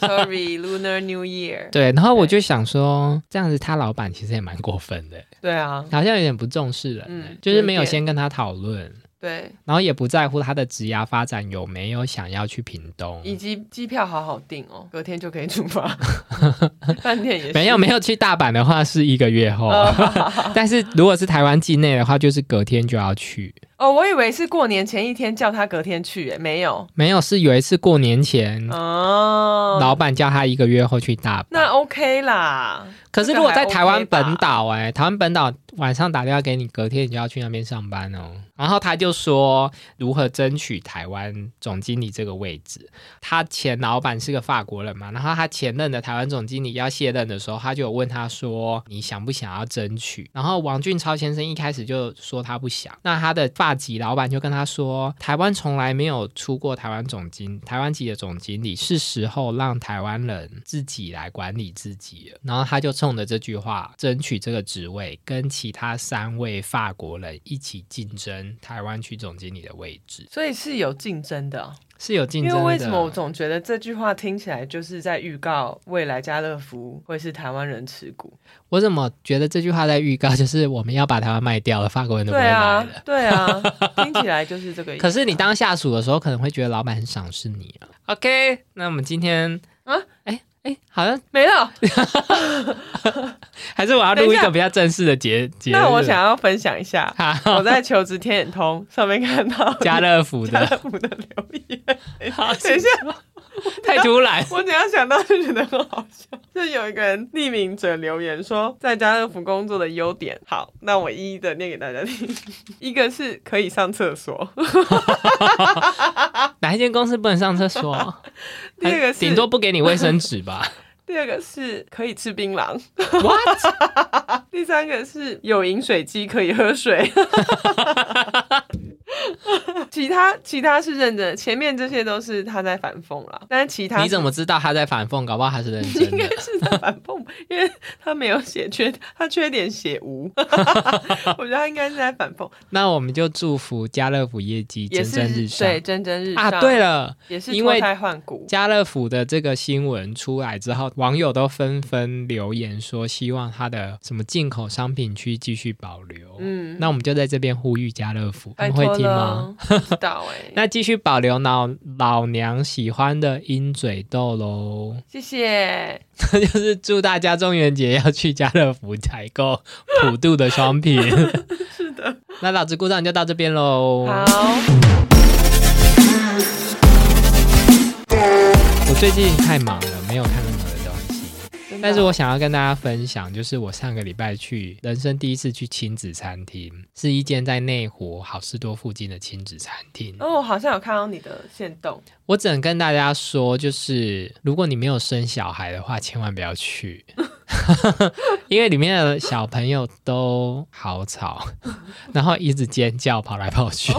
[SPEAKER 1] Year），Sorry，Lunar New Year。
[SPEAKER 2] 对，然后我就想说，这样子他老板其实也蛮过分的，
[SPEAKER 1] 对啊，
[SPEAKER 2] 好像有点不重视人，欸
[SPEAKER 1] 嗯
[SPEAKER 2] 就是没有
[SPEAKER 1] 有一点
[SPEAKER 2] 先跟他讨论。
[SPEAKER 1] 对，
[SPEAKER 2] 然后也不在乎他的职涯发展有没有想要去屏东，
[SPEAKER 1] 以及机票好好订哦，隔天就可以出
[SPEAKER 2] (laughs)
[SPEAKER 1] 发。饭店也是哦
[SPEAKER 2] 没有没有去大阪的 (laughs) 话是一个月后，但是如果是台湾境内的话，就是隔天就要去。
[SPEAKER 1] 哦，我以为是过年前一天叫他隔天去，哎，没有
[SPEAKER 2] 没有，是有一次过年前，
[SPEAKER 1] 哦。
[SPEAKER 2] 嗯老板叫他一个月后去大阪。
[SPEAKER 1] 那 OK 啦，
[SPEAKER 2] 可是如果在台湾本
[SPEAKER 1] 这个还 OK 吧，
[SPEAKER 2] 岛、哎、台湾本岛晚上打电话给你，隔天你就要去那边上班哦。然后他就说如何争取台湾总经理这个位置。他前老板是个法国人嘛，然后他前任的台湾总经理要卸任的时候，他就有问他说你想不想要争取？然后王俊超先生一开始就说他不想，那他的发籍老板就跟他说，台湾从来没有出过台湾总经台湾籍的总经理，是时候让台湾人自己来管理自己了。然后他就冲着这句话争取这个职位，跟其他三位法国人一起竞争台湾区总经理的位置，
[SPEAKER 1] 所以是有竞争的哦。
[SPEAKER 2] 是有竞
[SPEAKER 1] 因
[SPEAKER 2] 争
[SPEAKER 1] 为为
[SPEAKER 2] 的。
[SPEAKER 1] 什么我总觉得这句话听起来就是在预告未来家乐福会是台湾人持股？
[SPEAKER 2] 我怎么觉得这句话在预告，就是我们要把台湾卖掉了，法国人都不会
[SPEAKER 1] 对
[SPEAKER 2] 来
[SPEAKER 1] 啊
[SPEAKER 2] 了。，
[SPEAKER 1] 对啊，听起来就是这个意思。
[SPEAKER 2] 可是你当下属的时候，可能会觉得老板很赏识你啊。OK，那我们今天啊
[SPEAKER 1] 啊，
[SPEAKER 2] 哎哎，好像
[SPEAKER 1] (laughs) 没了，
[SPEAKER 2] 还是我要
[SPEAKER 1] 等
[SPEAKER 2] 录
[SPEAKER 1] 一
[SPEAKER 2] 一
[SPEAKER 1] 下
[SPEAKER 2] 个比较正式的节节日。，
[SPEAKER 1] 那我想要分享一下
[SPEAKER 2] 好
[SPEAKER 1] 我在求职天眼通上面看到
[SPEAKER 2] (laughs) 家乐福
[SPEAKER 1] 家 (laughs)
[SPEAKER 2] 的，
[SPEAKER 1] 乐福的留言。
[SPEAKER 2] 好
[SPEAKER 1] 等一下，
[SPEAKER 2] 太
[SPEAKER 1] (laughs)
[SPEAKER 2] 突然。
[SPEAKER 1] 我只要想到就觉得很好笑。就有一个人匿名者留言说，在家乐福工作的优点。好，那我一一的念给大家听。一个是可以上厕所，
[SPEAKER 2] 哪一间公司不能上厕所？
[SPEAKER 1] 第二个是
[SPEAKER 2] 顶多不给你卫生纸吧。
[SPEAKER 1] 第二个是可以吃槟榔，
[SPEAKER 2] What？
[SPEAKER 1] (laughs) 第三个是有饮水机可以喝水。 (laughs) 其他其他是认真的，前面这些都是他在反讽啦，但是 (laughs) 其他
[SPEAKER 2] 你怎么知道他在反讽？搞不好他是认真
[SPEAKER 1] 应该 (laughs)
[SPEAKER 2] 的。
[SPEAKER 1] 是在反讽，因为他没有写缺，他缺点写无， (laughs) 我觉得他应该是在反讽，
[SPEAKER 2] 那我们就祝福家乐福业绩
[SPEAKER 1] 也
[SPEAKER 2] 蒸蒸
[SPEAKER 1] 是
[SPEAKER 2] 日上
[SPEAKER 1] 对蒸蒸日上
[SPEAKER 2] 啊！对，了。
[SPEAKER 1] 也是
[SPEAKER 2] 因
[SPEAKER 1] 脱
[SPEAKER 2] 为
[SPEAKER 1] 胎换骨，
[SPEAKER 2] 家乐福的这个新闻出来之后，网友都纷纷留言说，希望它的什么进口商品区继续保留。
[SPEAKER 1] 嗯，
[SPEAKER 2] 那我们就在这边呼吁家乐福，他
[SPEAKER 1] 拜
[SPEAKER 2] 们会
[SPEAKER 1] 托
[SPEAKER 2] 听吗？ (laughs)
[SPEAKER 1] 了，不知道哎、
[SPEAKER 2] 那继续保留老老娘喜欢的鹰嘴豆喽。 (laughs)
[SPEAKER 1] 谢谢，
[SPEAKER 2] 这就是祝大家中元节要去家乐福采购普渡的商品。
[SPEAKER 1] (laughs) 是的，
[SPEAKER 2] (laughs) 那老子故障就到这边喽。
[SPEAKER 1] 好。
[SPEAKER 2] 我最近太忙了，没有看任何的东西。
[SPEAKER 1] 真的
[SPEAKER 2] 但是我想要跟大家分享，就是我上个礼拜去人生第一次去亲子餐厅，是一间在内湖好事多附近的亲子餐厅。
[SPEAKER 1] 哦，我好像有看到你的线动，
[SPEAKER 2] 我只能跟大家说，就是如果你没有生小孩的话，千万不要去， (laughs) 因为里面的小朋友都好吵，然后一直尖叫，跑来跑去。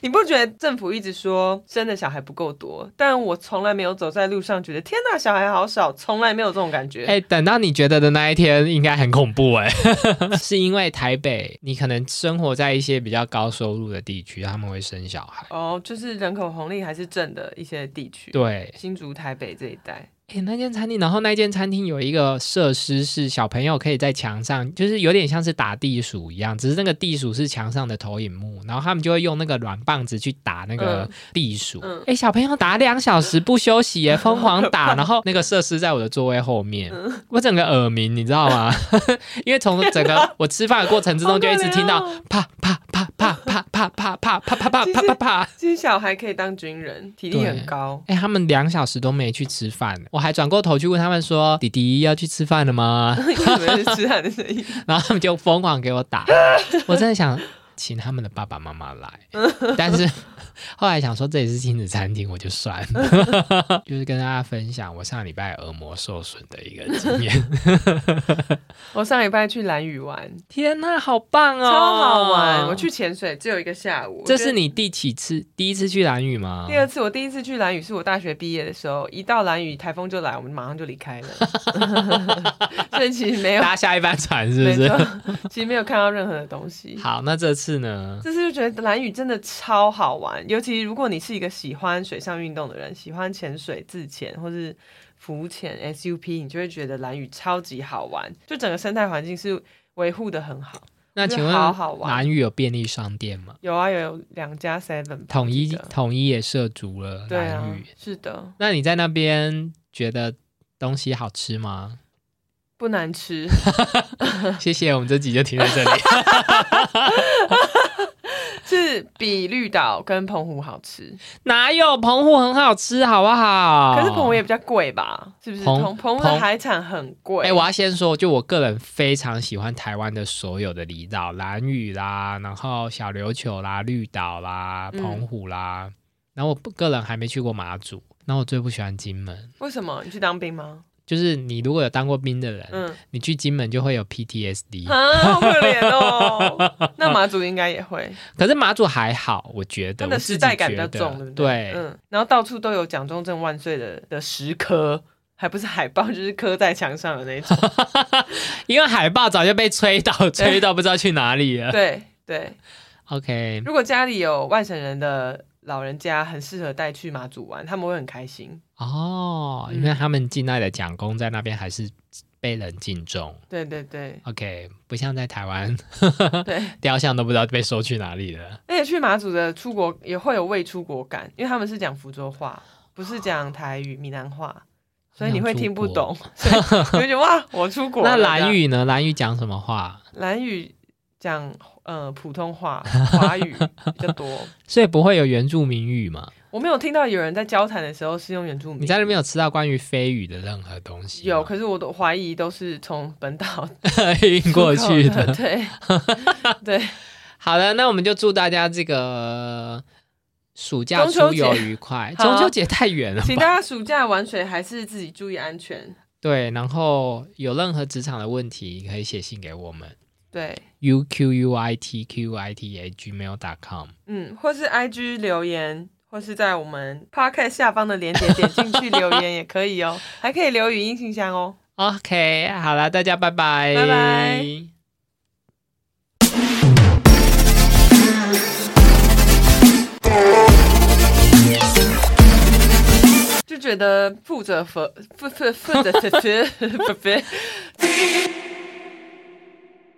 [SPEAKER 1] 你不觉得政府一直说生的小孩不够多，但我从来没有走在路上觉得天呐，小孩好少，从来没有这种感觉。
[SPEAKER 2] 哎、等到你觉得的那一天，应该很恐怖哎、 (laughs) 是因为台北，你可能生活在一些比较高收入的地区，他们会生小孩。
[SPEAKER 1] 哦，就是人口红利还是正的一些地区，
[SPEAKER 2] 对，
[SPEAKER 1] 新竹、台北这一带，
[SPEAKER 2] 诶，那间餐厅，然后那间餐厅有一个设施是小朋友可以在墙上，就是有点像是打地鼠一样，只是那个地鼠是墙上的投影幕，然后他们就会用那个软棒子去打那个
[SPEAKER 1] 嗯
[SPEAKER 2] 地鼠。诶，
[SPEAKER 1] 嗯
[SPEAKER 2] 小朋友打两小时不休息
[SPEAKER 1] (laughs)
[SPEAKER 2] 耶，疯狂打，然后那个设施在我的座位后面，
[SPEAKER 1] 嗯
[SPEAKER 2] 我整个耳鸣，你知道吗？ (laughs) 因为从整个我吃饭的过程之中就一直听到
[SPEAKER 1] 好可怜哦
[SPEAKER 2] 啪啪啪啪啪啪啪啪啪啪啪
[SPEAKER 1] 其
[SPEAKER 2] 啪
[SPEAKER 1] 实
[SPEAKER 2] 啪啪。
[SPEAKER 1] 其实小孩可以当军人，体力很高。 (laughs)
[SPEAKER 2] 哎、他们两小时都没去吃饭，我还转过头去问他们说：“弟弟要去吃饭了吗 (laughs)
[SPEAKER 1] 为什么是吃饭的声音？？”
[SPEAKER 2] 然后他们就疯狂给我打， (laughs) 我真的想请他们的爸爸妈妈来，但是后来想说这里是亲子餐厅，我就算了。 (laughs) 就是跟大家分享我上礼拜耳膜受损的一个经验。
[SPEAKER 1] (laughs) 我上礼拜去蓝屿玩，
[SPEAKER 2] (laughs) 天呐、好棒哦，
[SPEAKER 1] 超好玩。我。去潜水只有一个下午，
[SPEAKER 2] 这
[SPEAKER 1] 我觉
[SPEAKER 2] 是
[SPEAKER 1] 得
[SPEAKER 2] 你第几次第一次去蓝屿吗？
[SPEAKER 1] 第二次，我第一次去兰屿是我大学毕业的时候，一到兰屿台风就来，我们马上就离开了，
[SPEAKER 2] (laughs)
[SPEAKER 1] (laughs) 所以其实没有，
[SPEAKER 2] 搭下一班船是不
[SPEAKER 1] 没
[SPEAKER 2] 是？
[SPEAKER 1] 错， (laughs) 其实没有看到任何的东西。
[SPEAKER 2] 好，那这次呢？
[SPEAKER 1] 这次就觉得兰屿真的超好玩，尤其如果你是一个喜欢水上运动的人，喜欢潜水、自潜或是浮潜 SUP，你就会觉得兰屿超级好玩，就整个生态环境是维护的很好。
[SPEAKER 2] 那请问
[SPEAKER 1] 好好玩
[SPEAKER 2] 蓝屿有便利商店吗？
[SPEAKER 1] 有啊，有有两家 Seven
[SPEAKER 2] 统一
[SPEAKER 1] 的，
[SPEAKER 2] 统一也涉足了
[SPEAKER 1] 对
[SPEAKER 2] 蓝
[SPEAKER 1] 啊
[SPEAKER 2] 屿。，
[SPEAKER 1] 是的，
[SPEAKER 2] 那你在那边觉得东西好吃吗？
[SPEAKER 1] 不难吃。呃 (laughs)
[SPEAKER 2] 谢谢，我们这集就停在这里。
[SPEAKER 1] 其是比绿岛跟澎湖好吃，
[SPEAKER 2] 哪有澎湖很好吃，好不好？
[SPEAKER 1] 可是澎湖也比较贵吧？是不是？
[SPEAKER 2] 哦澎
[SPEAKER 1] 澎澎湖
[SPEAKER 2] 澎
[SPEAKER 1] 的海产很贵。
[SPEAKER 2] 哎、我要先说，就我个人非常喜欢台湾的所有的离岛，蓝屿啦，然后小琉球啦、绿岛啦、
[SPEAKER 1] 嗯
[SPEAKER 2] 澎湖啦，然后我个人还没去过马祖，然后我最不喜欢金门，
[SPEAKER 1] 为什么你去当兵吗？
[SPEAKER 2] 就是你如果有当过兵的人，
[SPEAKER 1] 嗯，
[SPEAKER 2] 你去金门就会有 PTSD，、
[SPEAKER 1] 啊，好可怜
[SPEAKER 2] (laughs)
[SPEAKER 1] 哦。那马祖应该也会，
[SPEAKER 2] 可是马祖还好，我觉得
[SPEAKER 1] 它的
[SPEAKER 2] 我自己
[SPEAKER 1] 时代感比
[SPEAKER 2] 觉
[SPEAKER 1] 较
[SPEAKER 2] 得
[SPEAKER 1] 重，对不
[SPEAKER 2] 对，
[SPEAKER 1] 嗯，然后到处都有“蒋中正万岁的”的石刻，还不是海报，就是刻在墙上的那
[SPEAKER 2] (laughs)
[SPEAKER 1] 种。
[SPEAKER 2] 因为海报早就被吹到，吹到不知道去哪里了。
[SPEAKER 1] (laughs) 对对，
[SPEAKER 2] OK，
[SPEAKER 1] 如果家里有外省人的老人家，很适合带去马祖玩，他们会很开心。
[SPEAKER 2] 哦，
[SPEAKER 1] 嗯
[SPEAKER 2] 因为他们境内的蒋公在那边还是被人敬重。
[SPEAKER 1] 对对对
[SPEAKER 2] OK，不像在台湾， (laughs) 啊
[SPEAKER 1] 对，
[SPEAKER 2] 雕像都不知道被收去哪里了。
[SPEAKER 1] 而且去马祖的出国也会有未出国感，因为他们是讲福州话，不是讲台语、闽南话，所以你会听不懂，所以你会觉得哇，我出国了。
[SPEAKER 2] 那
[SPEAKER 1] 这样
[SPEAKER 2] 蓝语呢？蓝语讲什么话？
[SPEAKER 1] 蓝语讲呃普通话、华语比较多。
[SPEAKER 2] 所以不会有原住民语嘛？
[SPEAKER 1] 我没有听到有人在交谈的时候是用原住民。
[SPEAKER 2] 你在那边有吃到关于非语的任何东西吗？ (laughs)
[SPEAKER 1] 有，可是我都怀疑都是从本岛
[SPEAKER 2] 运 (laughs) 过
[SPEAKER 1] 出
[SPEAKER 2] 去
[SPEAKER 1] 口
[SPEAKER 2] 的。
[SPEAKER 1] 的。
[SPEAKER 2] (laughs)
[SPEAKER 1] 对对，
[SPEAKER 2] 好的，那我们就祝大家这个暑假
[SPEAKER 1] 中秋
[SPEAKER 2] 出
[SPEAKER 1] 节
[SPEAKER 2] 游愉快。
[SPEAKER 1] 好
[SPEAKER 2] 中秋节太远了
[SPEAKER 1] 请
[SPEAKER 2] 吧？
[SPEAKER 1] 大家暑假玩水还是自己注意安全。
[SPEAKER 2] 对，然后有任何职场的问题，可以写信给我们
[SPEAKER 1] 对，
[SPEAKER 2] u q u i t q i t a gmail.com。
[SPEAKER 1] 嗯，或是 IG 留言，或是在我们 Podcast 下方的链接点进去留言也可以哦，还可以留语音信箱哦。
[SPEAKER 2] OK，好啦，大家拜拜，
[SPEAKER 1] 拜拜。就觉得负责负负负负责负负负负。